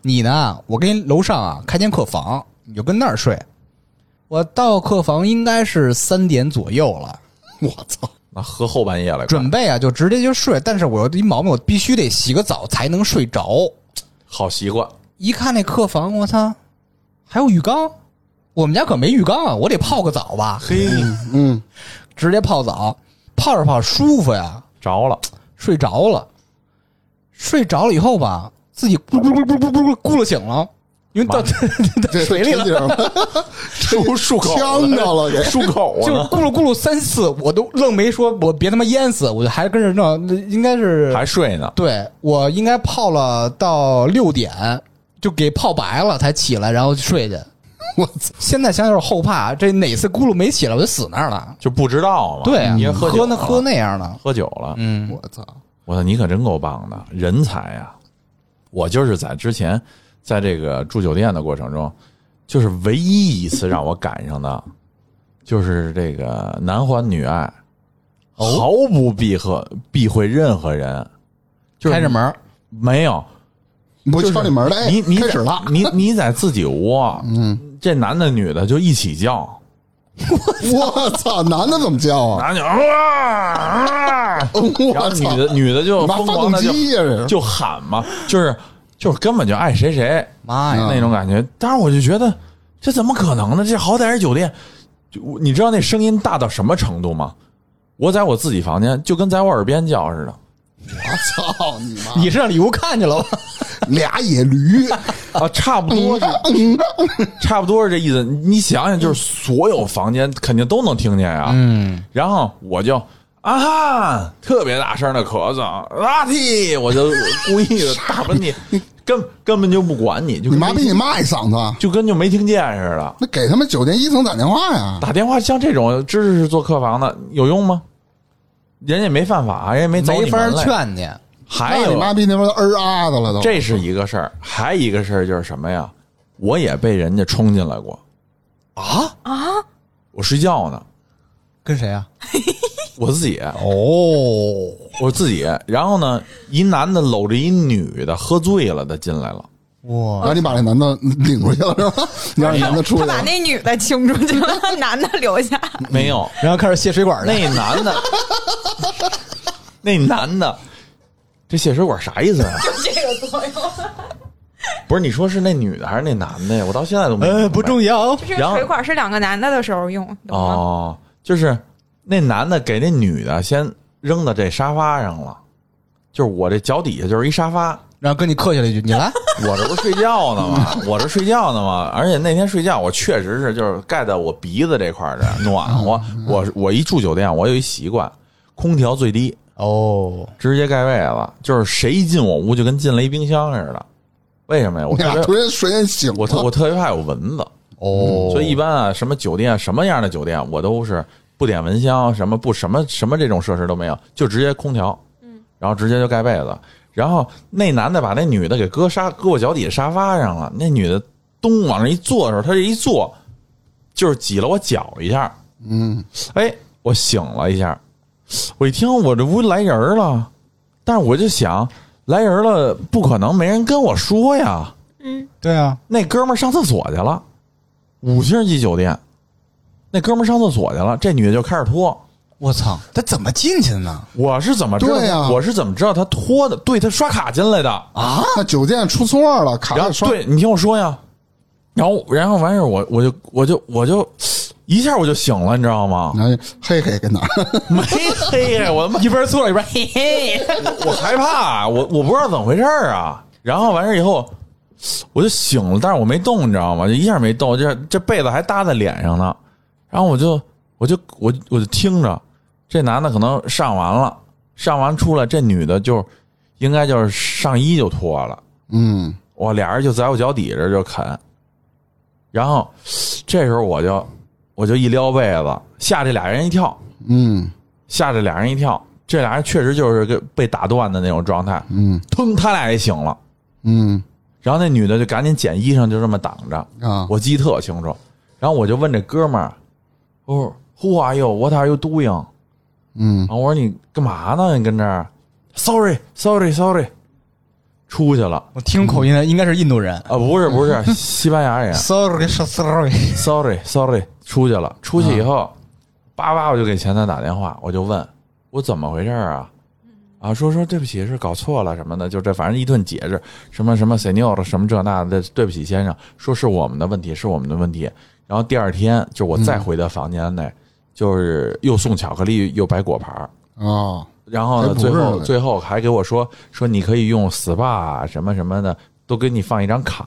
B: 你呢，我给你楼上啊开间客房，你就跟那儿睡。我到客房应该是三点左右了，
A: 我操！
D: 那喝后半夜了，
B: 准备啊就直接就睡，但是我有一毛病，我必须得洗个澡才能睡着。
D: 好习惯，
B: 一看那客房，我操，还有浴缸，我们家可没浴缸啊，我得泡个澡吧，
D: 嘿，
A: 嗯，
B: 直接泡澡，泡着泡着舒服呀，
D: 着了，
B: 睡着了，睡着了以后吧，自己咕噜咕噜咕噜咕噜咕噜咕噜醒了，因为到 到
A: 这
B: 水里了，
A: 这地儿了，
D: 漱漱口
A: 呛着了给。
D: 漱口
B: 就是
D: 呢，
B: 咕噜咕噜三次，我都愣没说，我别他妈淹死，我就还跟着弄，那应该是
D: 还睡呢，
B: 对我应该泡了到六点，就给泡白了才起来，然后睡去。
A: 我操！
B: 现在想想有点后怕，这哪次咕噜没起来我就死那儿了。
D: 就不知道嘛，
B: 对啊，
D: 你也喝酒
B: 喝那
D: 了
B: 喝那样的，
D: 喝酒了，
B: 嗯，
A: 我操！
D: 我操，你可真够棒的，人才呀！我就是在之前在这个住酒店的过程中，就是唯一一次让我赶上的，就是这个男欢女爱，
A: 哦
D: 毫不避讳避讳任何人，就是
B: 开着门儿，
D: 没有。
A: 你不
D: 就是
A: 敲你门儿来，
D: 你你
A: 开始了
D: 在，你你在自己屋，嗯，这男的女的就一起叫，
A: 我操！男的怎么叫啊？
D: 男的就啊，啊
A: 我
D: 然后女
A: 操！
D: 的女的就
A: 你妈
D: 疯
A: 发
D: 狂
A: 动
D: 的就
A: 机呀，这是
D: 就喊嘛，就是就是根本就爱谁谁，
B: 妈呀，
A: 嗯
D: 那种感觉。当时我就觉得这怎么可能呢？这好歹是酒店，就我你知道那声音大到什么程度吗？我在我自己房间就跟在我耳边叫似的
A: 我操你
D: 嗯
A: 妈！
B: 你是让礼物看见了吧？
A: 俩野驴，
D: 啊，差不 多是
A: 嗯，
D: 差不多是这意思。你想想，就是所有房间肯定都能听见呀、
B: 嗯。
D: 然后我就。啊哈！特别大声的咳嗽，拉嚏！我就故意的打 喷嚏，根根本就不管你，就
A: 你
D: 跟
A: 妈
D: 没
A: 逼你骂一嗓子，啊
D: 就跟就没听见似的。
A: 那给他们酒店一层打电话呀！
D: 打电话像这种知识是做客房的有用吗？人家也没犯法，人家也没走
B: 没
D: 你
B: 法
D: 门来。
B: 劝你。
D: 还
A: 那你
D: 有
A: 妈逼那边儿啊的了都。
D: 这是一个事儿，还一个事儿就是什么呀？我也被人家冲进来过啊啊！我睡觉呢，
B: 跟谁啊？
D: 我自己，
B: 哦，
D: 我自己。然后呢，一男的搂着一女的，喝醉了的进来了。
A: 然
B: 哇，
A: 后你把那男的领出去了是 吧？你让那男的出去
C: 他把
A: 了，
C: 那女的清出去了，男的留下。
D: 没有，
B: 然后开始卸水管了。
D: 那男的，那男的，这血水管啥意思啊？
C: 这个作用
D: 不是你说是那女的还是那男的呀？我到现在都没明白。
B: 呃，不重要，
C: 就是
D: 然后哦
C: 水管是两个男的的时候用，懂吗？
D: 哦，就是那男的给那女的先扔到这沙发上了，就是我这脚底下就是一沙发，
B: 然后跟你客气了一句：“你来。
D: 我这不是睡觉呢吗？我这睡觉呢吗？而且那天睡觉，我确实是就是盖在我鼻子这块儿的暖和。
A: 嗯
D: 我我一住酒店，我有一习惯，空调最低，”
B: 哦，
D: 直接盖被子，就是谁进我屋就跟进了一冰箱似的。为什么呀？我
A: 你
D: 特
A: 俩突
D: 别
A: 然瞬间醒了，
D: 我特我特别怕有蚊子，
B: 哦，
D: 所以一般啊，什么酒店什么样的酒店，我都是不点蚊香，什么不什么什么这种设施都没有，就直接空调，嗯，然后直接就盖被子，然后那男的把那女的给搁沙搁我脚底下沙发上了，那女的咚往那一坐的时候，她这一坐就是挤了我脚一下，
A: 嗯，
D: 哎，我醒了一下，我一听我这屋来人了，但是我就想来人了，不可能没人跟我说呀，
C: 嗯，
B: 对啊，
D: 那哥们儿上厕所去了，五星级酒店，那哥们儿上厕所去了，这女的就开始脱。
B: 我操，他怎么进去的呢？
D: 我是怎么知道？
A: 对呀
D: 我是怎么知道她脱的？对，她刷卡进来的。
A: 啊， 那酒店出错了，卡
D: 然
A: 在
D: 后，
A: 刷，
D: 对你听我说呀，然后，然后完事儿，我我就我就我就 一下我就醒了，你知道吗？
A: 然后嘿嘿跟哪儿？
D: 没嘿嘿，我他 妈
B: 一边坐一边嘿嘿，
D: 我害怕，我我不知道怎么回事儿啊。然后完事儿以后，我就醒了，但是我没动，你知道吗？就一下没动，这这被子还搭在脸上呢。然后我就我就我我就听着，这男的可能上完了，上完出来，这女的就应该就是上衣就脱了，
A: 嗯，
D: 哇，俩人就在我脚底下就啃。然后这时候我就我就一撩被子，吓这俩人一跳，
A: 嗯
D: 吓这俩人一跳。这俩人确实就是个被打断的那种状态，
A: 嗯
D: 腾，他俩也醒了。
A: 嗯
D: 然后那女的就赶紧捡衣裳，就这么挡着。
A: 啊，
D: 我记得特清楚。然后我就问这哥们儿，哦，Who are you? What are you doing?
A: 嗯
D: 然后我说你干嘛呢？你跟这儿？Sorry, sorry, sorry。出去了
B: 我听口音应该是印度人。
D: 啊？不是 不是，西班牙人。
B: Sorry, sorry，
D: Sorry, sorry。出去了，出去以后，
A: 嗯
D: 叭叭我就给前台打电话，我就问我怎么回事儿啊？啊，说说对不起，是搞错了什么的，就这反正一顿解释，什么什么 senior 什么这那的，对不起先生，说是我们的问题，是我们的问题。然后第二天就我再回到房间内，就是又送巧克力又摆果盘儿，
A: 啊，
D: 然后呢
A: 还不
D: 最
A: 是
D: 后
A: 嘞
D: 最后还给我说说你可以用 SPA 啊什么什么的，都给你放一张卡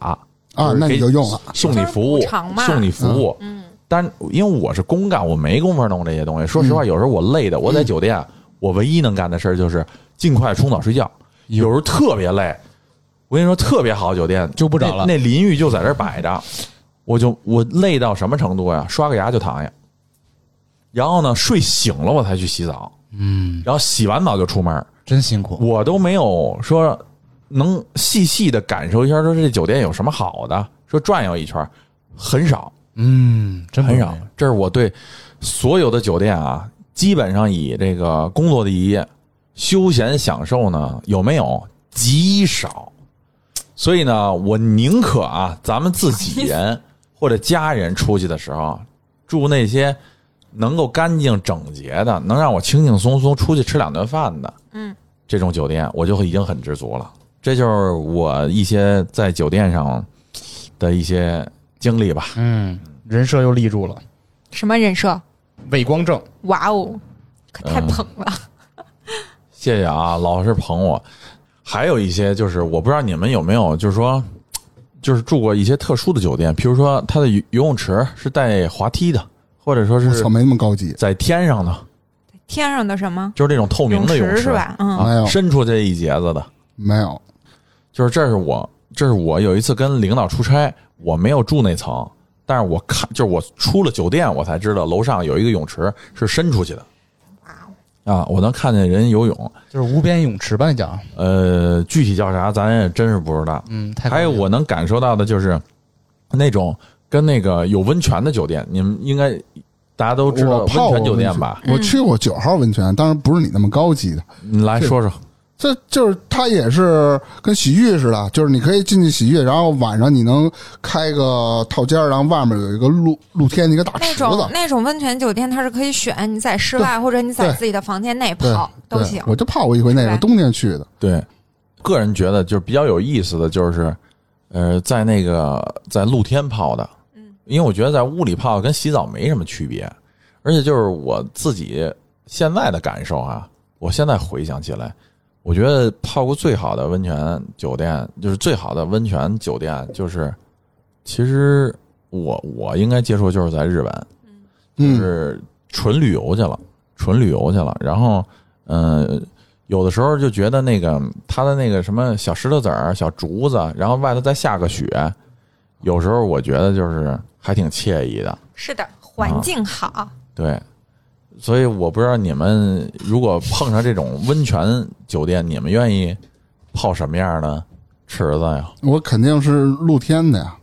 A: 啊
D: 就是
A: 那你
D: 给
A: 就用了
D: 送你服务
C: 就是补偿，嘛
D: 送你服务，
C: 嗯，
D: 但因为我是公干，我没工夫弄这些东西。说实
A: 嗯
D: 话，有时候我累的，我在酒店，我唯一能干的事儿就是尽快冲澡睡觉。有时候特别累，我跟你说，特别好的酒店
B: 就不找了
D: 那那淋浴就在这儿摆着，我就我累到什么程度呀？刷个牙就躺下，然后呢，睡醒了我才去洗澡，
B: 嗯，
D: 然后洗完澡就出门儿，
B: 真辛苦。
D: 我都没有说能细细的感受一下，说这酒店有什么好的，说转悠一圈儿，很少。
B: 嗯，真不
D: 很
B: 容易
D: 少。这是我对所有的酒店啊，基本上以这个工作第一，休闲享受呢有没有极少。所以呢，我宁可啊，咱们自己人 或者家人出去的时候，住那些能够干净整洁的，能让我轻轻松松出去吃两顿饭的，
C: 嗯，
D: 这种酒店我就已经很知足了。这就是我一些在酒店上的一些经历吧。
B: 嗯，人设又立住了，
C: 什么人设？
B: 伪光正。
C: 哇哦，可太
D: 嗯
C: 捧了。
D: 谢谢啊，老是捧我。还有一些就是，我不知道你们有没有，就是说，就是住过一些特殊的酒店，譬如说它的游游泳池是带滑梯的，或者说
A: 我
D: 是
A: 操，没那么高级，
D: 在天上的，
C: 天上的什么
D: 就是这种透明的
C: 池
D: 池
C: 是？吧？嗯，
A: 没有
D: 啊，伸出去一截子的，
A: 没有，
D: 就是这是我，这是我有一次跟领导出差，我没有住那层，但是我看就是我出了酒店，我才知道楼上有一个泳池是伸出去的。
C: 哦
D: 啊，我能看见人游泳，
B: 就是无边泳池吧，你讲，
D: 呃，具体叫啥咱也真是不知道。
B: 嗯，太
D: 还有
B: 高级了
D: 我能感受到的就是那种跟那个有温泉的酒店，你们应该大家都知道
A: 我泡过
D: 温泉酒店吧？
A: 温泉
C: 嗯
A: 我去过九号温泉，当然不是你那么高级的，
D: 你来说说，
A: 这就是它也是跟洗浴似的，就是你可以进去洗浴，然后晚上你能开个套间儿，然后外面有一个露露天的一个大
C: 那
A: 池
C: 种
A: 子。
C: 那种温泉酒店它是可以选你在室外或者你在
A: 对
C: 自己的房间内
A: 对
C: 泡都
A: 对
C: 行。
A: 我就泡过一回那
C: 是
A: 个
C: 吧
A: 冬天去的，
D: 对，个人觉得就是比较有意思的就是，呃，在那个在露天泡的，
C: 嗯，
D: 因为我觉得在屋里泡跟洗澡没什么区别，而且就是我自己现在的感受啊，我我现在回想起来，我觉得泡过最好的温泉酒店，就是最好的温泉酒店，就是其实我我应该接触就是在日本，就
A: 嗯，
D: 是纯旅游去了，纯旅游去了。然后，嗯，有的时候就觉得那个它的那个什么小石头子儿、小竹子，然后外头再下个雪，有时候我觉得就是还挺惬意的。
C: 是的，环境好，
D: 对，所以我不知道你们如果碰上这种温泉酒店，你们愿意泡什么样的池子呀？
A: 我肯定是露天的呀。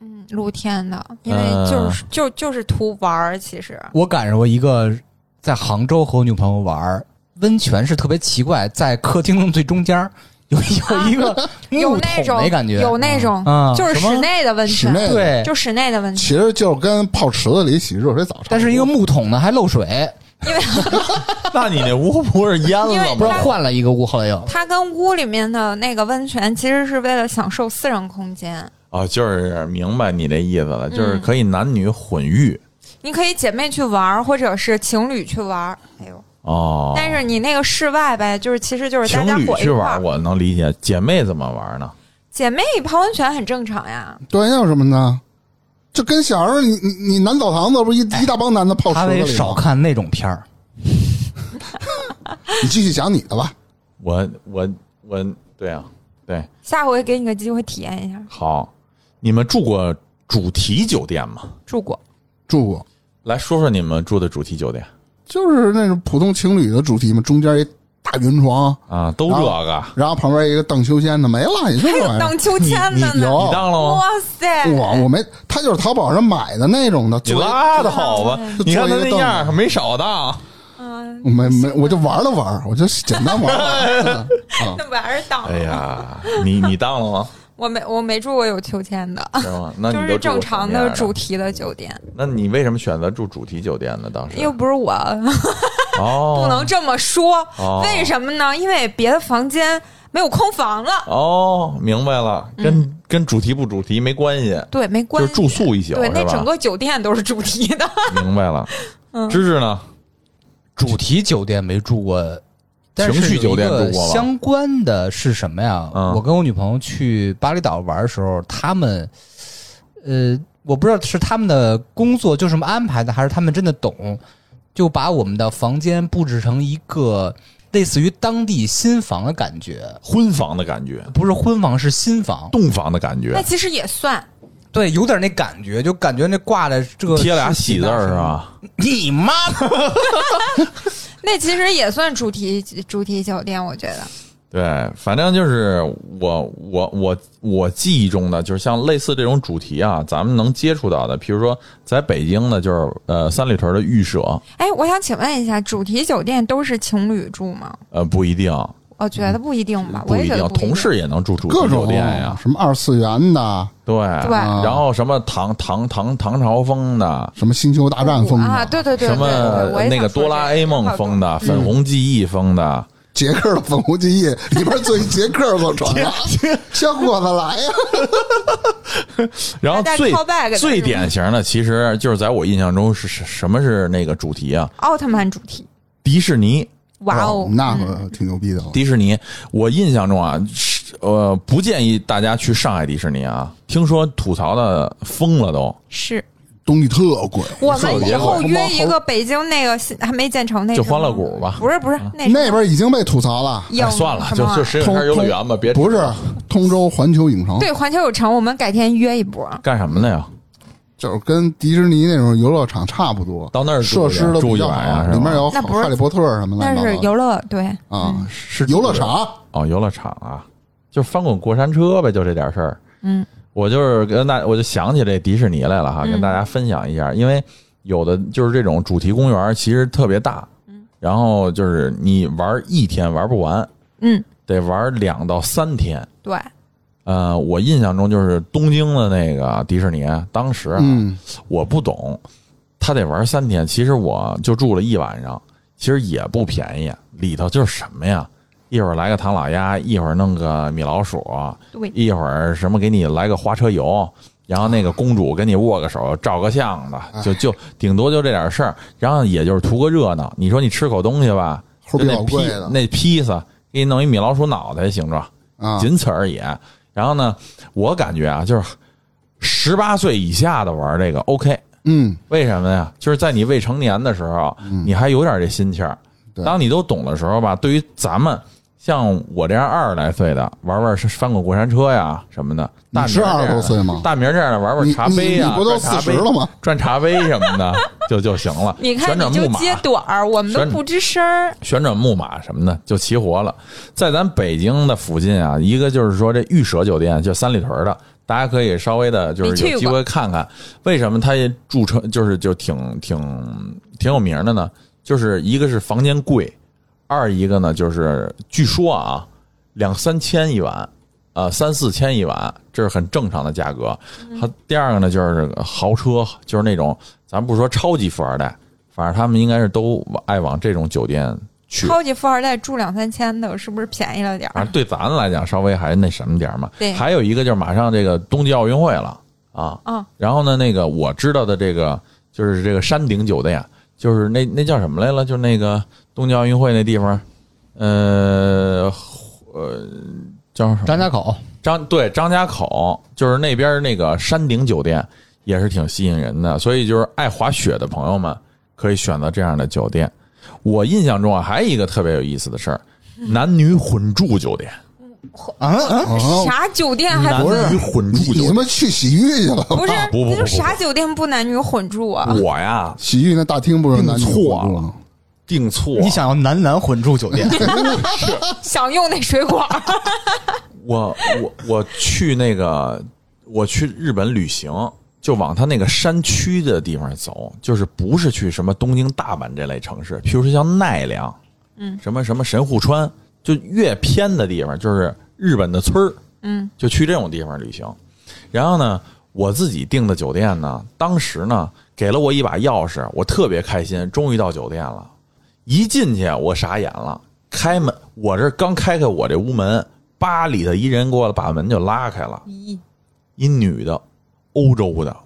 C: 嗯，露天的，因为就是、就就是图玩儿，其实
B: 我赶上过一个在杭州和我女朋友玩儿温泉，是特别奇怪，在客厅最中间儿有有一个
C: 有
B: 木
C: 那
B: 哎桶
C: 种
B: 的感觉，
C: 有那种、
B: 啊，
C: 就是
B: 什么
C: 室内的温
A: 室
C: 泉，
A: 内的
B: 对，
C: 就室内的温泉，
A: 其实就是跟泡池子里洗热水澡差不多，
B: 但是一个木桶呢还漏水，
D: 那你那屋不是淹
C: 因为
D: 了
B: 不知道
D: 吗？
B: 换了一个屋后来又。
C: 它跟屋里面的那个温泉其实是为了享受私人空间，
D: 啊，就是明白你这意思了，
C: 嗯
D: 就是可以男女混浴。
C: 你可以姐妹去玩儿，或者是情侣去玩儿。哎呦，
D: 哦，
C: 但是你那个室外呗，就是其实就是大
D: 情
C: 家
D: 侣
C: 伙一
D: 去
C: 块
D: 玩，
C: 儿，
D: 我能理解。姐妹怎么玩呢？
C: 姐妹泡温泉很正常呀。
A: 对，要什么呢？就跟小时候你你你男澡堂子不是一
D: 哎
A: 一大帮男的泡池
B: 他
A: 子
B: 得
A: 里
B: 少
A: 吗？
B: 看那种片儿，
A: 你继续讲你的吧。
D: 我我我，对啊，对，
C: 下回给你个机会体验一下，
D: 好。你们住过主题酒店吗？
C: 住过
A: 住
D: 嗯
A: 过，
D: 来说说你们住的主题酒店
A: 就是那种普通情侣的主题嘛，中间一大云床，
D: 啊，都这个。
A: 然后旁边一个荡秋千的，没 了，也就
C: 还
A: 这
C: 有
A: 玩意儿。
C: 荡秋千的
A: 你
C: 呢。
A: 有
D: 哎你当了吗？
C: 哇塞！
A: 我我没，他就是淘宝上买的那种的，
D: 你
A: 坐一
D: 拉倒吧！你看他那样儿没少当，
C: 嗯，
A: 没没，我就玩了玩，我就简单玩了玩。啊
C: 那玩意儿荡。
D: 哎，呀，你你当了吗？
C: 我没我没住过有秋千的，
D: 是吗？那你
C: 就
D: 都
C: 是
D: 住过
C: 正
D: 什么
C: 常
D: 样
C: 的
D: 的
C: 主。题的酒店，
D: 那你为什么选择住主题酒店呢？当时
C: 又不是我，
D: 哦，
C: 不能这么说。
D: 哦
C: 为什么呢？因为别的房间没有空房了。
D: 哦，明白了，跟、
C: 嗯
D: 跟主题不主题没关系，
C: 对，没
D: 就
C: 关
D: 是
C: 系。
D: 住宿一宿
C: 对，那
D: 是吧
C: 整个嗯酒店都是主题的。
D: 明 白了。芝芝呢？
B: 主题酒店没住过，但是
D: 情趣酒店住过吗
B: 相关的是什么呀？
D: 嗯
B: 我跟我女朋友去巴厘岛玩的时候，他们，呃，我不知道是他们的工作就这么安排的，还是他们真的懂，就把我们的房间布置成一个类似于当地新房的感觉，
D: 婚房的感觉，
B: 不是婚房，是新房。
D: 洞房的感
C: 那
D: 觉，
C: 其实也算，
B: 对，有点那感觉，就感觉那挂着这个
D: 贴俩喜字儿是？吧？
B: 你妈！
C: 那其实也算主题主题酒店，我觉得。
D: 对，反正就是我我我我记忆中的，就是像类似这种主题啊，咱们能接触到的，譬如说在北京的，就是呃三里屯的玉舍，
C: 哎，我想请问一下，主题酒店都是情侣住吗？
D: 呃不一定，
C: 我觉得不一定吧，
D: 嗯不
C: 啊我也
D: 一
C: 觉
D: 定
C: 得，不一定
D: 同事也能住主
A: 各
D: 题
A: 种啊
D: 酒店呀，
A: 什么二次元的，
D: 对
C: 对
D: 然后什么唐唐唐唐朝风的，
A: 什么星球大战风的，
C: 啊，对对对，
D: 什么
C: 对对我也
D: 那
C: 想
D: 个
C: 说
D: 哆啦
C: 这
D: A 梦风的，
C: 这个
D: 粉红记忆风的，
A: 捷克的粉红记忆里边坐一捷克坐船 上，小伙子来呀！
D: 然后
C: 大家
D: 最
C: callback 的
D: 最
C: 是吗
D: 典型的，其实就是在我印象中是是什么是那个主题啊？
C: 奥特曼主题，
D: 迪士尼，
C: 哇哦，
A: 那可挺牛逼的了。
D: 迪士尼，我印象中啊，是呃，不建议大家去上海迪士尼啊，听说吐槽的疯了都。
C: 是
A: 东西特贵，
C: 我
D: 特
C: 们以
D: 别
C: 后
A: 贵
C: 约一个北京那个新还没建成那
D: 就
C: 什么
D: 欢乐谷吧
C: 不是不是那
A: 那边已经被吐槽了。
C: 影
D: 哎算了，
C: 什
D: 就
C: 么
D: 就石景
A: 通
D: 山游乐园吧，
A: 通
D: 别
A: 不是通州环球影城，
D: 哦
C: 对环球影城，我们改天约一波。
D: 干什么的呀？
A: 就是跟迪士尼那种游乐场差不多，
D: 到那儿
A: 设
D: 住一
A: 施都
D: 住
A: 比
D: 一
A: 较
D: 晚
A: 好
D: 啊，，
A: 里面有
C: 那不是
A: 哈利波特什么
C: 但
A: 的。
C: 是游嗯乐对，
A: 啊，
D: 是
A: 游乐场
D: 哦，游乐场啊，就翻滚过山车呗，就这点事儿。
C: 嗯，
D: 我就是跟大，我就想起这迪士尼来了哈，
C: 嗯
D: 跟大家分享一下，因为有的就是这种主题公园其实特别大，嗯，然后就是你玩一天玩不完，
C: 嗯，
D: 得玩两到三天。
C: 对，
D: 呃，我印象中就是东京的那个迪士尼，当时啊、
A: 嗯，
D: 我不懂，他得玩三天，其实我就住了一晚上，其实也不便宜，里头就是什么呀？一会儿来个唐老鸭，一会儿弄个米老鼠，
C: 对
D: 一会儿什么给你来个花车游，然后那个公主跟你握个手，照个
A: 哎
D: 相的，就就顶多就这点事儿，然后也就是图个热闹。你说你吃口东西吧，
A: 齁比
D: 就
A: 老
D: 那
A: 贵
D: 披
A: 的
D: 那披萨，给你弄一米老鼠脑袋形状，
A: 啊，
D: 仅此而已。然后呢，我感觉啊，就是十八岁以下的玩这个 OK，
A: 嗯，
D: 为什么呀？就是在你未成年的时候，你还有点这心气儿。
A: 对
D: 当你都懂的时候吧，对于咱们像我这样二十来岁的，玩玩翻滚过山车呀什么的，大
A: 你
D: 明
A: 是
D: 这样
A: 二
D: 的
A: 十多岁吗？
D: 大明这样的玩玩
A: 你
D: 茶
A: 你
D: 杯呀，
A: 你不都
D: 转茶
A: 四十
D: 杯
A: 了吗？
D: 转茶杯什么的就就行了。
C: 你看
D: 旋转
C: 你
D: 木
C: 就
D: 马、
C: 接短儿，我们都
D: 旋
C: 不吱声儿。
D: 旋转木马什么的就齐活了。在咱北京的附近啊，一个就是说这玉舍酒店，就三里屯的，大家可以稍微的，就
C: 没
D: 是
C: 去
D: 有机
C: 过
D: 会看看为什么它也著称，就是就挺挺挺有名的呢？就是一个是房间贵，二一个呢就是据说啊，两三千一晚。呃，三四千一晚，这是很正常的价格。
C: 嗯
D: 它第二个呢，就是豪车，就是那种咱不说超级富二代，反正他们应该是都爱往这种酒店去。
C: 超级富二代住两三千的，是不是便宜了点
D: 反
C: 儿
D: 正？对咱来讲稍微还那什么点儿嘛。
C: 对
D: 还有一个就是马上这个冬季奥运会了啊，
C: 嗯，
D: 然后呢，那个我知道的这个就是这个山顶酒店，就是那那叫什么来了？就是那个冬季奥运会那地方，呃呃，叫什么？
B: 张家口
D: 张对张家口，就是那边那个山顶酒店也是挺吸引人的，所以就是爱滑雪的朋友们可以选择这样的酒店。我印象中啊，还有一个特别有意思的事儿，男女混住酒店，
B: 啊啊，
A: 哦，
C: 啥酒店还
D: 男
C: 不
D: 女混住
A: 你你他
D: 酒店。
A: 妈去洗浴去了？
C: 不是
D: 啊？不不不嗯
C: 这就
D: 不
C: 啥酒店不男女混住啊？
D: 我呀
A: 洗浴那大厅不是男女
D: 订错
A: 混住了？
D: 订错，
B: 你想要男男混住酒店，
C: 想用那水管儿，
D: 我我我去那个我去日本旅行，就往他那个山区的地方走，就是不是去什么东京、大阪这类城市，譬如说像奈良，嗯，什么什么神户川，就越偏的地方，就是日本的村儿，嗯，就去这种地方旅行。然后呢，我自己订的酒店呢，当时呢给了我一把钥匙，我特别开心，终于到酒店了。一进去我傻眼了，开门，我这刚开开我这屋门，叭里头一人给我把门就拉开了，
C: 咦
D: 一女的，欧洲的，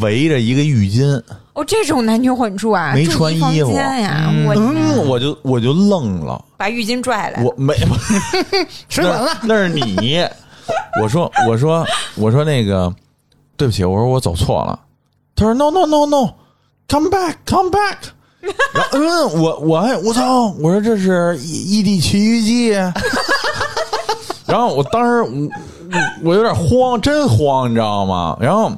D: 围着一个浴巾，
C: 哦，这种男女混住啊，
D: 没
C: 住
D: 穿
C: 一房
D: 衣服
C: 间呀，我
D: 嗯，我就我就愣了，
C: 把浴巾拽来，
D: 我没，
B: 水管了。
D: 那是你，我说我说我说那个，对不起，我说我走错了，他说 no no no no，come back，come back。然 后嗯，我我还我操！我说这是《异异地奇遇记》，啊 然后我当时我我我有点慌，真慌，你知道吗？然后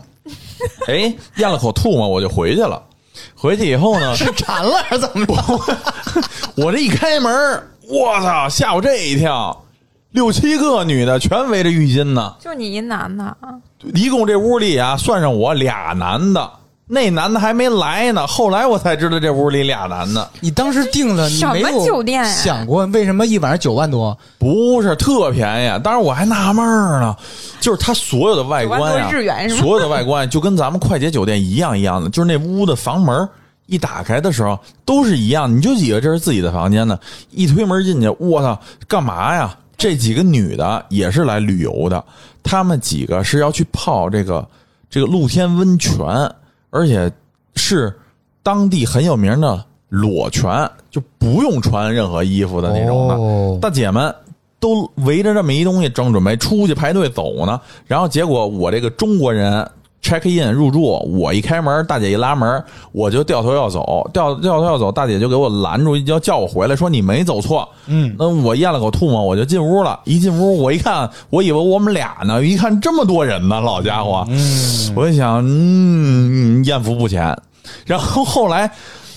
D: 哎咽了口吐沫，我就回去了。回去以后呢，
B: 是馋了还是怎么着？
D: 我这一开门儿，我操，吓我这一跳！六七个女的全围着浴巾呢，
C: 就你一男的啊，
D: 一共这屋里啊，算上我俩男的，那男的还没来呢。后来我才知道这屋里俩男的，
B: 你当时订了，你
C: 什么
B: 没有
C: 酒店呀啊
B: 想过为什么一晚上九万多？
D: 不是特便宜。当时我还纳闷儿呢，就是它所有的外观呀、
C: 9万多日元是吗
D: 所有的外观就跟咱们快捷酒店一样一样的，就是那屋的房门儿一打开的时候都是一样，你就以为这是自己的房间呢，一推门进去，我操，干嘛呀？这几个女的也是来旅游的，她们几个是要去泡这个这个露天温泉，而且是当地很有名的裸泉，就不用穿任何衣服的那种的。
B: 哦
D: 大姐们都围着这么一东西，正准备出去排队走呢，然后结果我这个中国人 check in 入住，我一开门，大姐一拉门，我就掉头要走，掉掉头要走，大姐就给我拦住一脚，叫我回来，说你没走错。
B: 嗯，
D: 那我咽了口吐沫，我就进屋了。一进屋，我一看，我以为我们俩呢，一看这么多人呢，老家伙，我就想，嗯，艳福不浅。然后后来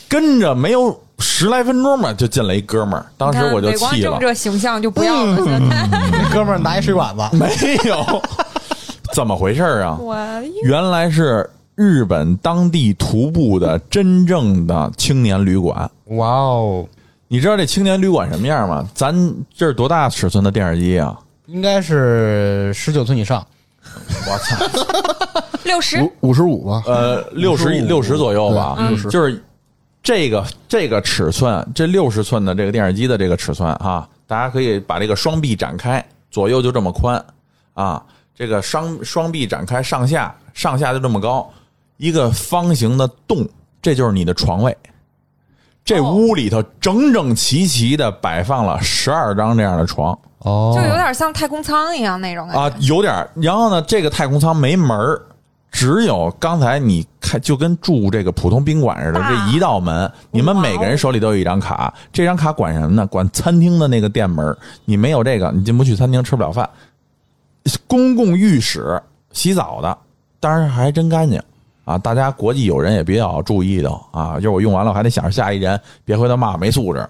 D: 跟着没有十来分钟嘛，就进来一哥们儿，当时我就
C: 你看伟
D: 气了
C: 光正。
D: 嗯
C: 这形象就不要了，现在
B: 那 哥们儿拿一水管子，
D: 没有，怎么回事儿啊？
C: 我
D: 原来是日本当地徒步的真正的青年旅馆。
B: 哇哦，
D: 你知道这青年旅馆什么样吗？咱这是多大尺寸的电视机啊？
B: 应该是十九寸以上，
D: 我操，
C: 六十
A: 五五十五吧，
D: 呃，六十
A: 55
D: 六十左右吧，
A: 对60嗯
D: 就是这个这个尺寸，这六十寸的这个电视机的这个尺寸啊，大家可以把这个双臂展开，左右就这么宽啊，这个双双臂展开上下上下就这么高，一个方形的洞，这就是你的床位。这屋里头整整齐齐的摆放了十二张这样的床
B: 哦
C: 就有点像太空舱一样那种感觉。
D: 啊，有点儿。然后呢，这个太空舱没门儿，只有刚才你看，就跟住这个普通宾馆似的，
C: 大
D: 这一道门，你们每个人手里都有一张卡，这张卡管什么呢？管餐厅的那个店门儿。你没有这个，你进不去餐厅，吃不了饭。公共浴室洗澡的，当然还真干净。啊，大家国际友人也比较注意的啊，就是我用完了我还得想着下一人，别回头骂我没素质。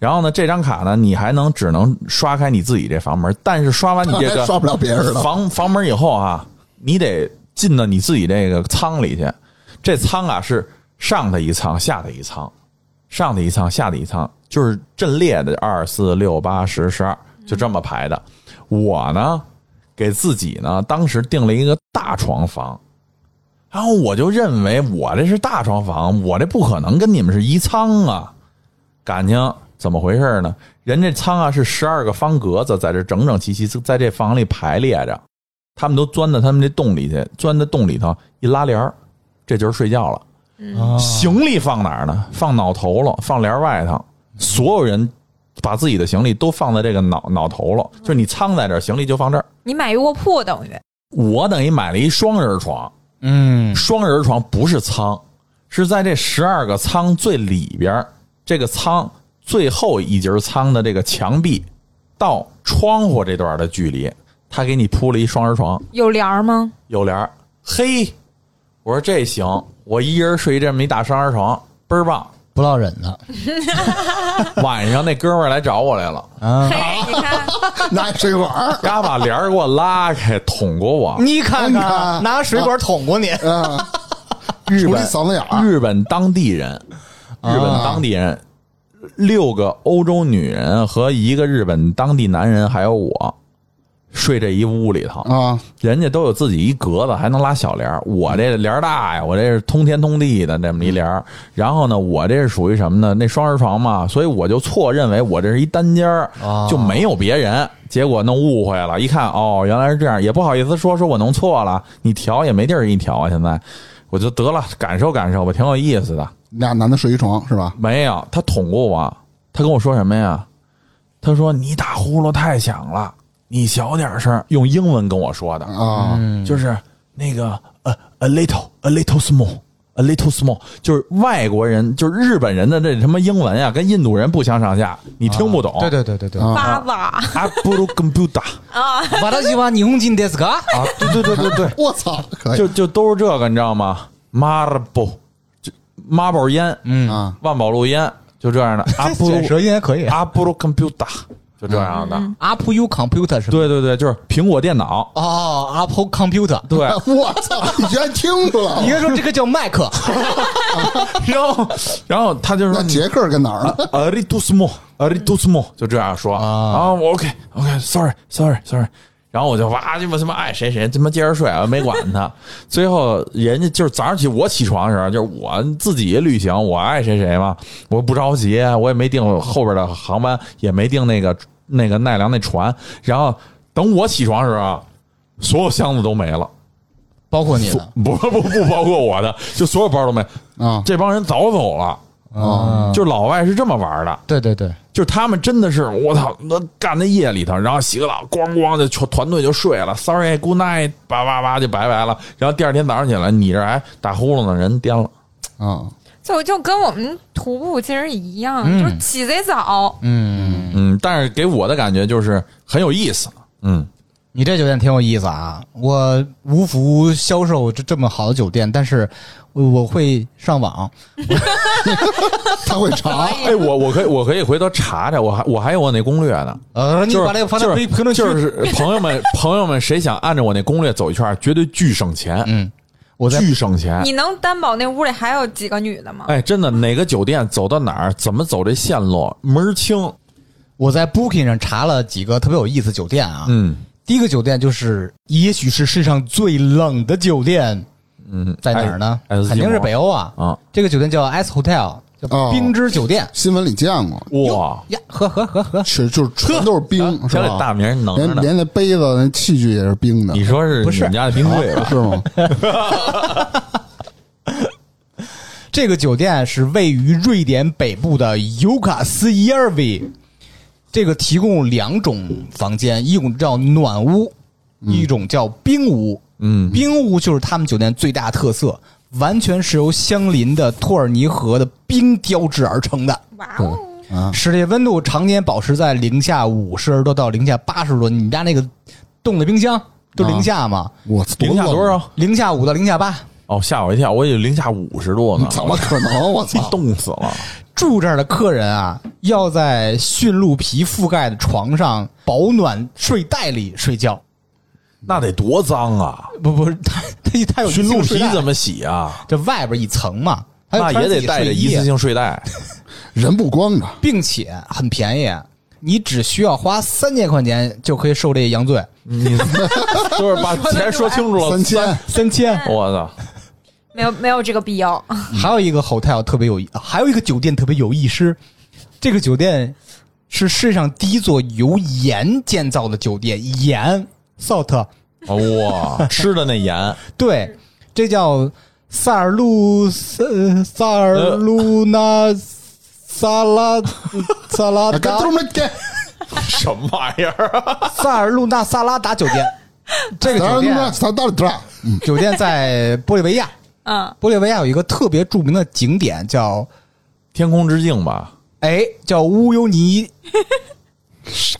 D: 然后呢，这张卡呢，你还能只能刷开你自己这房门，但是刷完你这 个
A: 刷不了别人的。
D: 房房门以后啊，你得进到你自己这个舱里去。这舱啊是上的一舱，下的一舱，上的一舱，下的一舱，就是阵列的二四六八十十二，就这么排的。我呢，给自己呢当时订了一个大床房，然后我就认为我这是大床房，我这不可能跟你们是一舱啊。感情怎么回事呢？人这仓啊是十二个方格子，在这整整齐齐，在这房里排列着，他们都钻到他们这洞里去，钻到洞里头一拉帘儿，这就是睡觉了。
B: 哦
D: 行李放哪儿呢？放脑头了，放帘儿外头。所有人把自己的行李都放在这个脑脑头了，就是你仓在这儿，行李就放这儿。
C: 你买一卧铺等于
D: 我等于买了一双人床，
B: 嗯
D: 双人床不是舱，是在这十二个舱最里边儿这个舱最后一节舱的这个墙壁到窗户这段的距离，他给你铺了一双人床，
C: 有帘儿吗？
D: 有帘儿。嘿，我说这行，我一人睡这么一大双人床，倍儿棒。
B: 不落忍的
D: 晚上那哥们儿来找我来了，
B: 啊
C: 嘿，，你看，
A: 拿一水管儿
D: 丫把帘儿给我拉开，捅过我。
B: 哦你看
A: 你看
B: 拿水管捅过你，
A: 啊，
D: 日
A: 杵你
D: 本
A: 嗓子眼儿，
D: 日本当地人，日本当地人，六个欧洲女人和一个日本当地男人，还有我，睡这一屋里头，
A: 啊，
D: 人家都有自己一格子，还能拉小帘儿我这帘儿大呀，我这是通天通地的这么一帘儿然后呢，我这是属于什么呢？那双人床嘛，所以我就错认为我这是一单间儿
B: 哦
D: 就没有别人。结果弄误会了，一看哦，原来是这样，也不好意思说，说我弄错了，你调也没地儿给你调啊。现在我就得了，感受感受吧，挺有意思的。
A: 俩男的睡一床是吧？
D: 没有，他捅过我。他跟我说什么呀？他说你打呼噜太响了，你小点声儿。用英文跟我说的，
A: 啊，
D: 就是那个呃 a little a little small a little small，就是外国人，就是日本人的这什么英文呀，跟印度人不相上下，你听不懂。
B: 对对对对对，
A: 啊
C: 爸爸，
D: 啊，不如跟不打
C: 啊，
B: 瓦达西瓦霓虹金 desk
D: 啊，对对对对对，
A: 我操，可以
D: 就就都是这个，你知道吗？marble，就 marble 烟，
B: 嗯，
A: 啊，
D: 万宝路烟，就这样的。啊，不如
B: 卷舌音还可以，
D: 阿波罗 computer，就这样的。
B: Apple U computer 是吧？
D: 对对对，就是苹果电脑。
B: 哦，Apple computer，
D: 对，
A: 我 操，你居然听出来
B: 应
A: 了？
B: 该说这个叫麦克，
D: 然后然后他就
A: 那
D: 说
A: 杰克跟哪儿呢？
D: a r i t u s m o a r i t u s m o 就这样说
B: 啊
D: 啊。我 OK OK sorry sorry sorry。然后我就哇，鸡巴他妈爱谁谁，他妈接着睡啊，没管他。最后人家就是早上起我起床的时候，就是我自己旅行，我爱谁谁嘛，我不着急，我也没订后边的航班，也没订那个那个奈良那船。然后等我起床的时候啊，所有箱子都没了。
B: 包括你的
D: 不不不包括我的，就所有包都没。
A: 啊
D: 这帮人早走了，
A: 啊，
D: 就是老外是这么玩的，
B: 对对对，
D: 就是他们真的是我操，那干在夜里头，然后洗个澡，咣咣就全团队就睡了，sorry good night，叭叭叭就拜拜了。然后第二天早上起来，你这还打呼噜呢，人颠了。
A: 啊，
C: 就就跟我们徒步其实一样，
B: 嗯
C: 就是起贼早。
B: 嗯，
D: 嗯，但是给我的感觉就是很有意思。嗯，
B: 你这酒店挺有意思啊，我无福销售这这么好的酒店，但是我我会上网，啊
A: 他会查
D: 哎，我我可以我可以回头查查，我还我还有我那攻略呢。
B: 呃，你
D: 就是
B: 把这个发
D: 就
B: 到
D: 是
B: 评论区，
D: 就是朋友们朋友们，谁想按照我那攻略走一圈，绝对巨省钱，
B: 嗯，我在
D: 巨省钱。
C: 你能担保那屋里还有几个女的吗？
D: 哎，真的，哪个酒店走到哪儿，怎么走这线路，门儿清。
B: 我在 Booking 上查了几个特别有意思的酒店啊，
D: 嗯
B: 第一个酒店就是也许是世上最冷的酒店，
D: 嗯，
B: 在哪儿呢？
D: 爱斯基摩
B: 肯定是北欧啊，
D: 啊！
B: 这个酒店叫 Ice Hotel，
A: 哦
B: 叫冰之酒店。
A: 新闻里见过，
D: 哇，
B: 呀，喝喝喝喝，
A: 是就是全都是 冰，是
D: 瞧这大
A: 吧？
D: 名儿能着
A: 连
D: 呢。
A: 连那杯子、那器具也是冰的，
D: 你说是
B: 不是
D: 你们家的冰柜
A: 啊
D: 吧？
A: 是吗？
B: 这个酒店是位于瑞典北部的尤卡斯耶尔维，这个提供两种房间，一种叫暖屋，一种叫冰屋。
D: 嗯，
B: 冰屋就是他们酒店最大特色，完全是由相邻的托尔尼河的冰雕制而成的。
C: 哇哦，
B: 室内温度常年保持在零下五十多到零下八十多，你们家那个冻的冰箱就零下嘛，
A: 我操
D: 零下多？少？
B: 零下五到零下八。
D: 哦，吓我一跳，我以为零下五十度呢，
A: 怎么可能？我操！
D: 冻死了？
B: 住这儿的客人啊，要在驯鹿皮覆盖的床上保暖睡袋里睡觉。
D: 那得多脏啊！
B: 不不， 他他他有
D: 驯鹿皮怎
B: 么？
D: 么洗啊？
B: 这外边一层嘛，他就
D: 那
B: 穿
D: 也
B: 自己
D: 得带着
B: 睡
D: 一
B: 衣
D: 次，性睡袋。
A: 人不光啊，
B: 并且很便宜，你只需要花三千块钱就可以受这洋罪，
D: 你就是把钱说清楚了，
A: 三千
B: 三千。
D: 我操！啊
C: 没有没有这个必要。
B: 还有一个 hotel 特别有意，还有一个酒店特别有意思。这个酒店是世界上第一座由盐建造的酒店，盐 salt
D: 哇， 吃的那盐，
B: 对，这叫萨尔路萨萨尔路那萨拉萨拉
A: 啊干
B: 达
A: 都没干，
D: 什么玩意儿啊？
B: 萨尔路那萨拉达酒店。这个酒店
A: 咱到底
B: 酒店在玻利维亚，
C: 嗯，
B: 玻利维亚有一个特别著名的景点叫
D: 天空之境吧？
B: 哎叫乌尤尼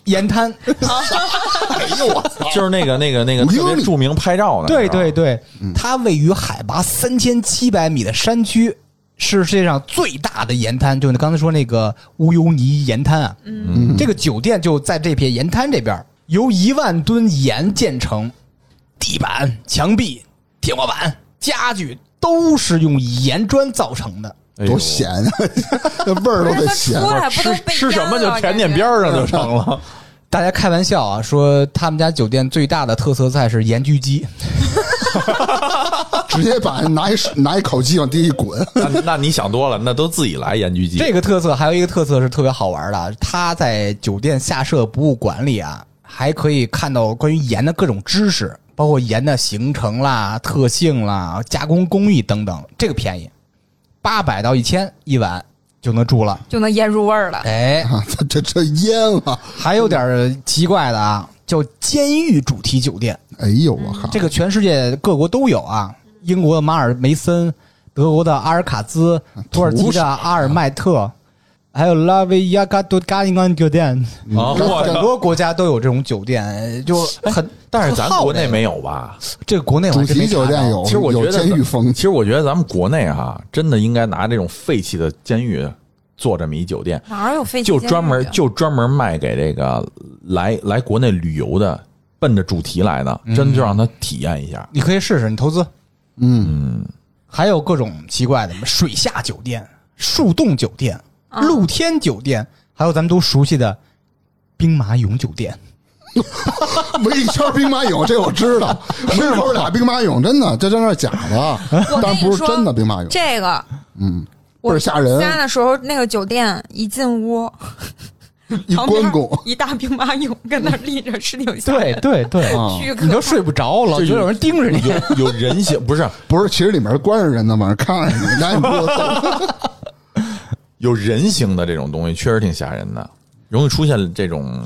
B: 盐滩，
A: 哎呦我操！
D: 就是那个那个那个
A: 五英里
D: 特别著名拍照的，
B: 对
D: 是吧
B: 对，对，它位于海拔三千七百米的山区，是世界上最大的盐滩，就你刚才说那个乌尤尼盐滩啊。嗯，这个酒店就在这片盐滩这边儿，由一万吨盐建成，地板、墙壁、天花板、家具都是用盐砖造成的。
D: 哎呦
A: 多咸啊，那味儿
C: 不
A: 都
C: 是
A: 得
C: 他
A: 咸
C: 出。来不都
D: 吃
C: 被
D: 吃什么
C: 淹
D: 就
C: 了啊
D: 甜点边儿上就成了。
B: 大家开玩笑啊，说他们家酒店最大的特色菜是盐焗鸡。
A: 啊直接把拿一拿一口气往地一滚，
D: 那那你想多了，那都自己来盐焗鸡。
B: 这个特色还有一个特色是特别好玩的，啊它在酒店下设博物馆里啊，还可以看到关于盐的各种知识，包括盐的形成啦、特性啦、加工工艺等等。这个便宜，八百到一千一晚就能住了。
C: 就能腌入味儿了。
B: 哎，
A: 啊，这这这淹了！
B: 还有点儿奇怪的啊，叫监狱主题酒店，
A: 哎呦我靠！
B: 这个全世界各国都有啊，英国的马尔梅森，德国的阿尔卡兹，土耳其的阿尔麦特，还有拉维亚嘎多嘎林安 酒店。
D: 啊，我
B: 嗯很多国家都有这种酒店，就很，
D: 但是咱
B: 很好
D: 国内
B: 这个
D: 没有吧？
B: 嗯这个国内我
A: 主
B: 还真没
A: 题酒店
B: 查到
A: 有，
D: 其实我觉
A: 有
D: 得
A: 监狱风
D: 其， 实我觉得咱们国内哈、真的应该拿这种废弃的监狱做这么一酒店，
C: 哪儿有废弃
D: 就
C: 监
D: 专
C: 狱
D: 门
C: 啊
D: 就专门卖给这个来来国内旅游的，奔着主题来的，
B: 嗯
D: 真就让他体验一 下。
B: 你可以试试，你投资。
A: 嗯，
B: 还有各种奇怪的，什么水下酒店、树洞酒店、露天酒店，还有咱们都熟悉的兵马俑酒店。
A: 围一圈兵马俑，这我知道，没有俩兵马俑，真的，这真是假的，但不是真的兵马俑，
C: 这个
A: 倍儿吓人，
C: 家的时候，那个酒店一进屋，
A: 一
C: 旁边
A: 关公
C: 一大兵马俑跟那儿立着，是挺吓
B: 对
C: 人的，
B: 对对，
A: 啊，
C: 巨可
B: 你都
C: 怕
B: 睡不着了，
D: 这
B: 就
D: 有
B: 有人盯着你。
D: 有有人性不是
A: 不是，其实里面关着人呢，往那看着你，赶紧给我走。
D: 有人形的这种东西，确实挺吓人的，容易出现这种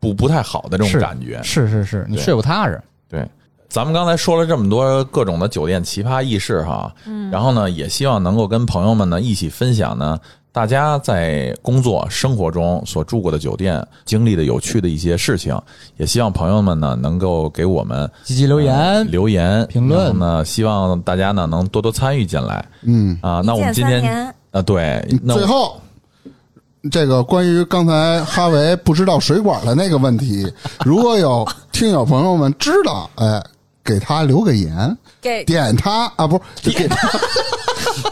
D: 不不太好的这种
B: 是
D: 感觉。
B: 是是是，你
D: 对
B: 睡不踏实。
D: 对，咱们刚才说了这么多各种的酒店奇葩轶事哈，嗯，然后呢，也希望能够跟朋友们呢一起分享呢，大家在工作生活中所住过的酒店经历的有趣的一些事情，也希望朋友们呢能够给我们
B: 积极留言
D: 呃留言、
B: 评论
D: 然后呢，希望大家呢能多多参与进来
A: 嗯，
D: 啊。那我们
C: 一键
D: 今
C: 三
D: 天
C: 连
D: 啊、对，那
A: 最
D: 我
A: 后。这个关于刚才哈维不知道水管的那个问题，如果有听友朋友们知道，哎，给他留个言，
C: 给
A: 点他啊，不是，就给他，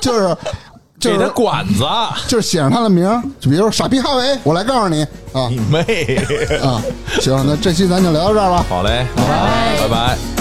A: 就是就
D: 给他
A: 是
D: 管子，
A: 就是写上他的名儿，就比如说傻逼哈维，我来告诉你啊
D: 你妹！
A: 啊，行，那这期咱就聊到这儿吧。
D: 好嘞，拜拜拜拜。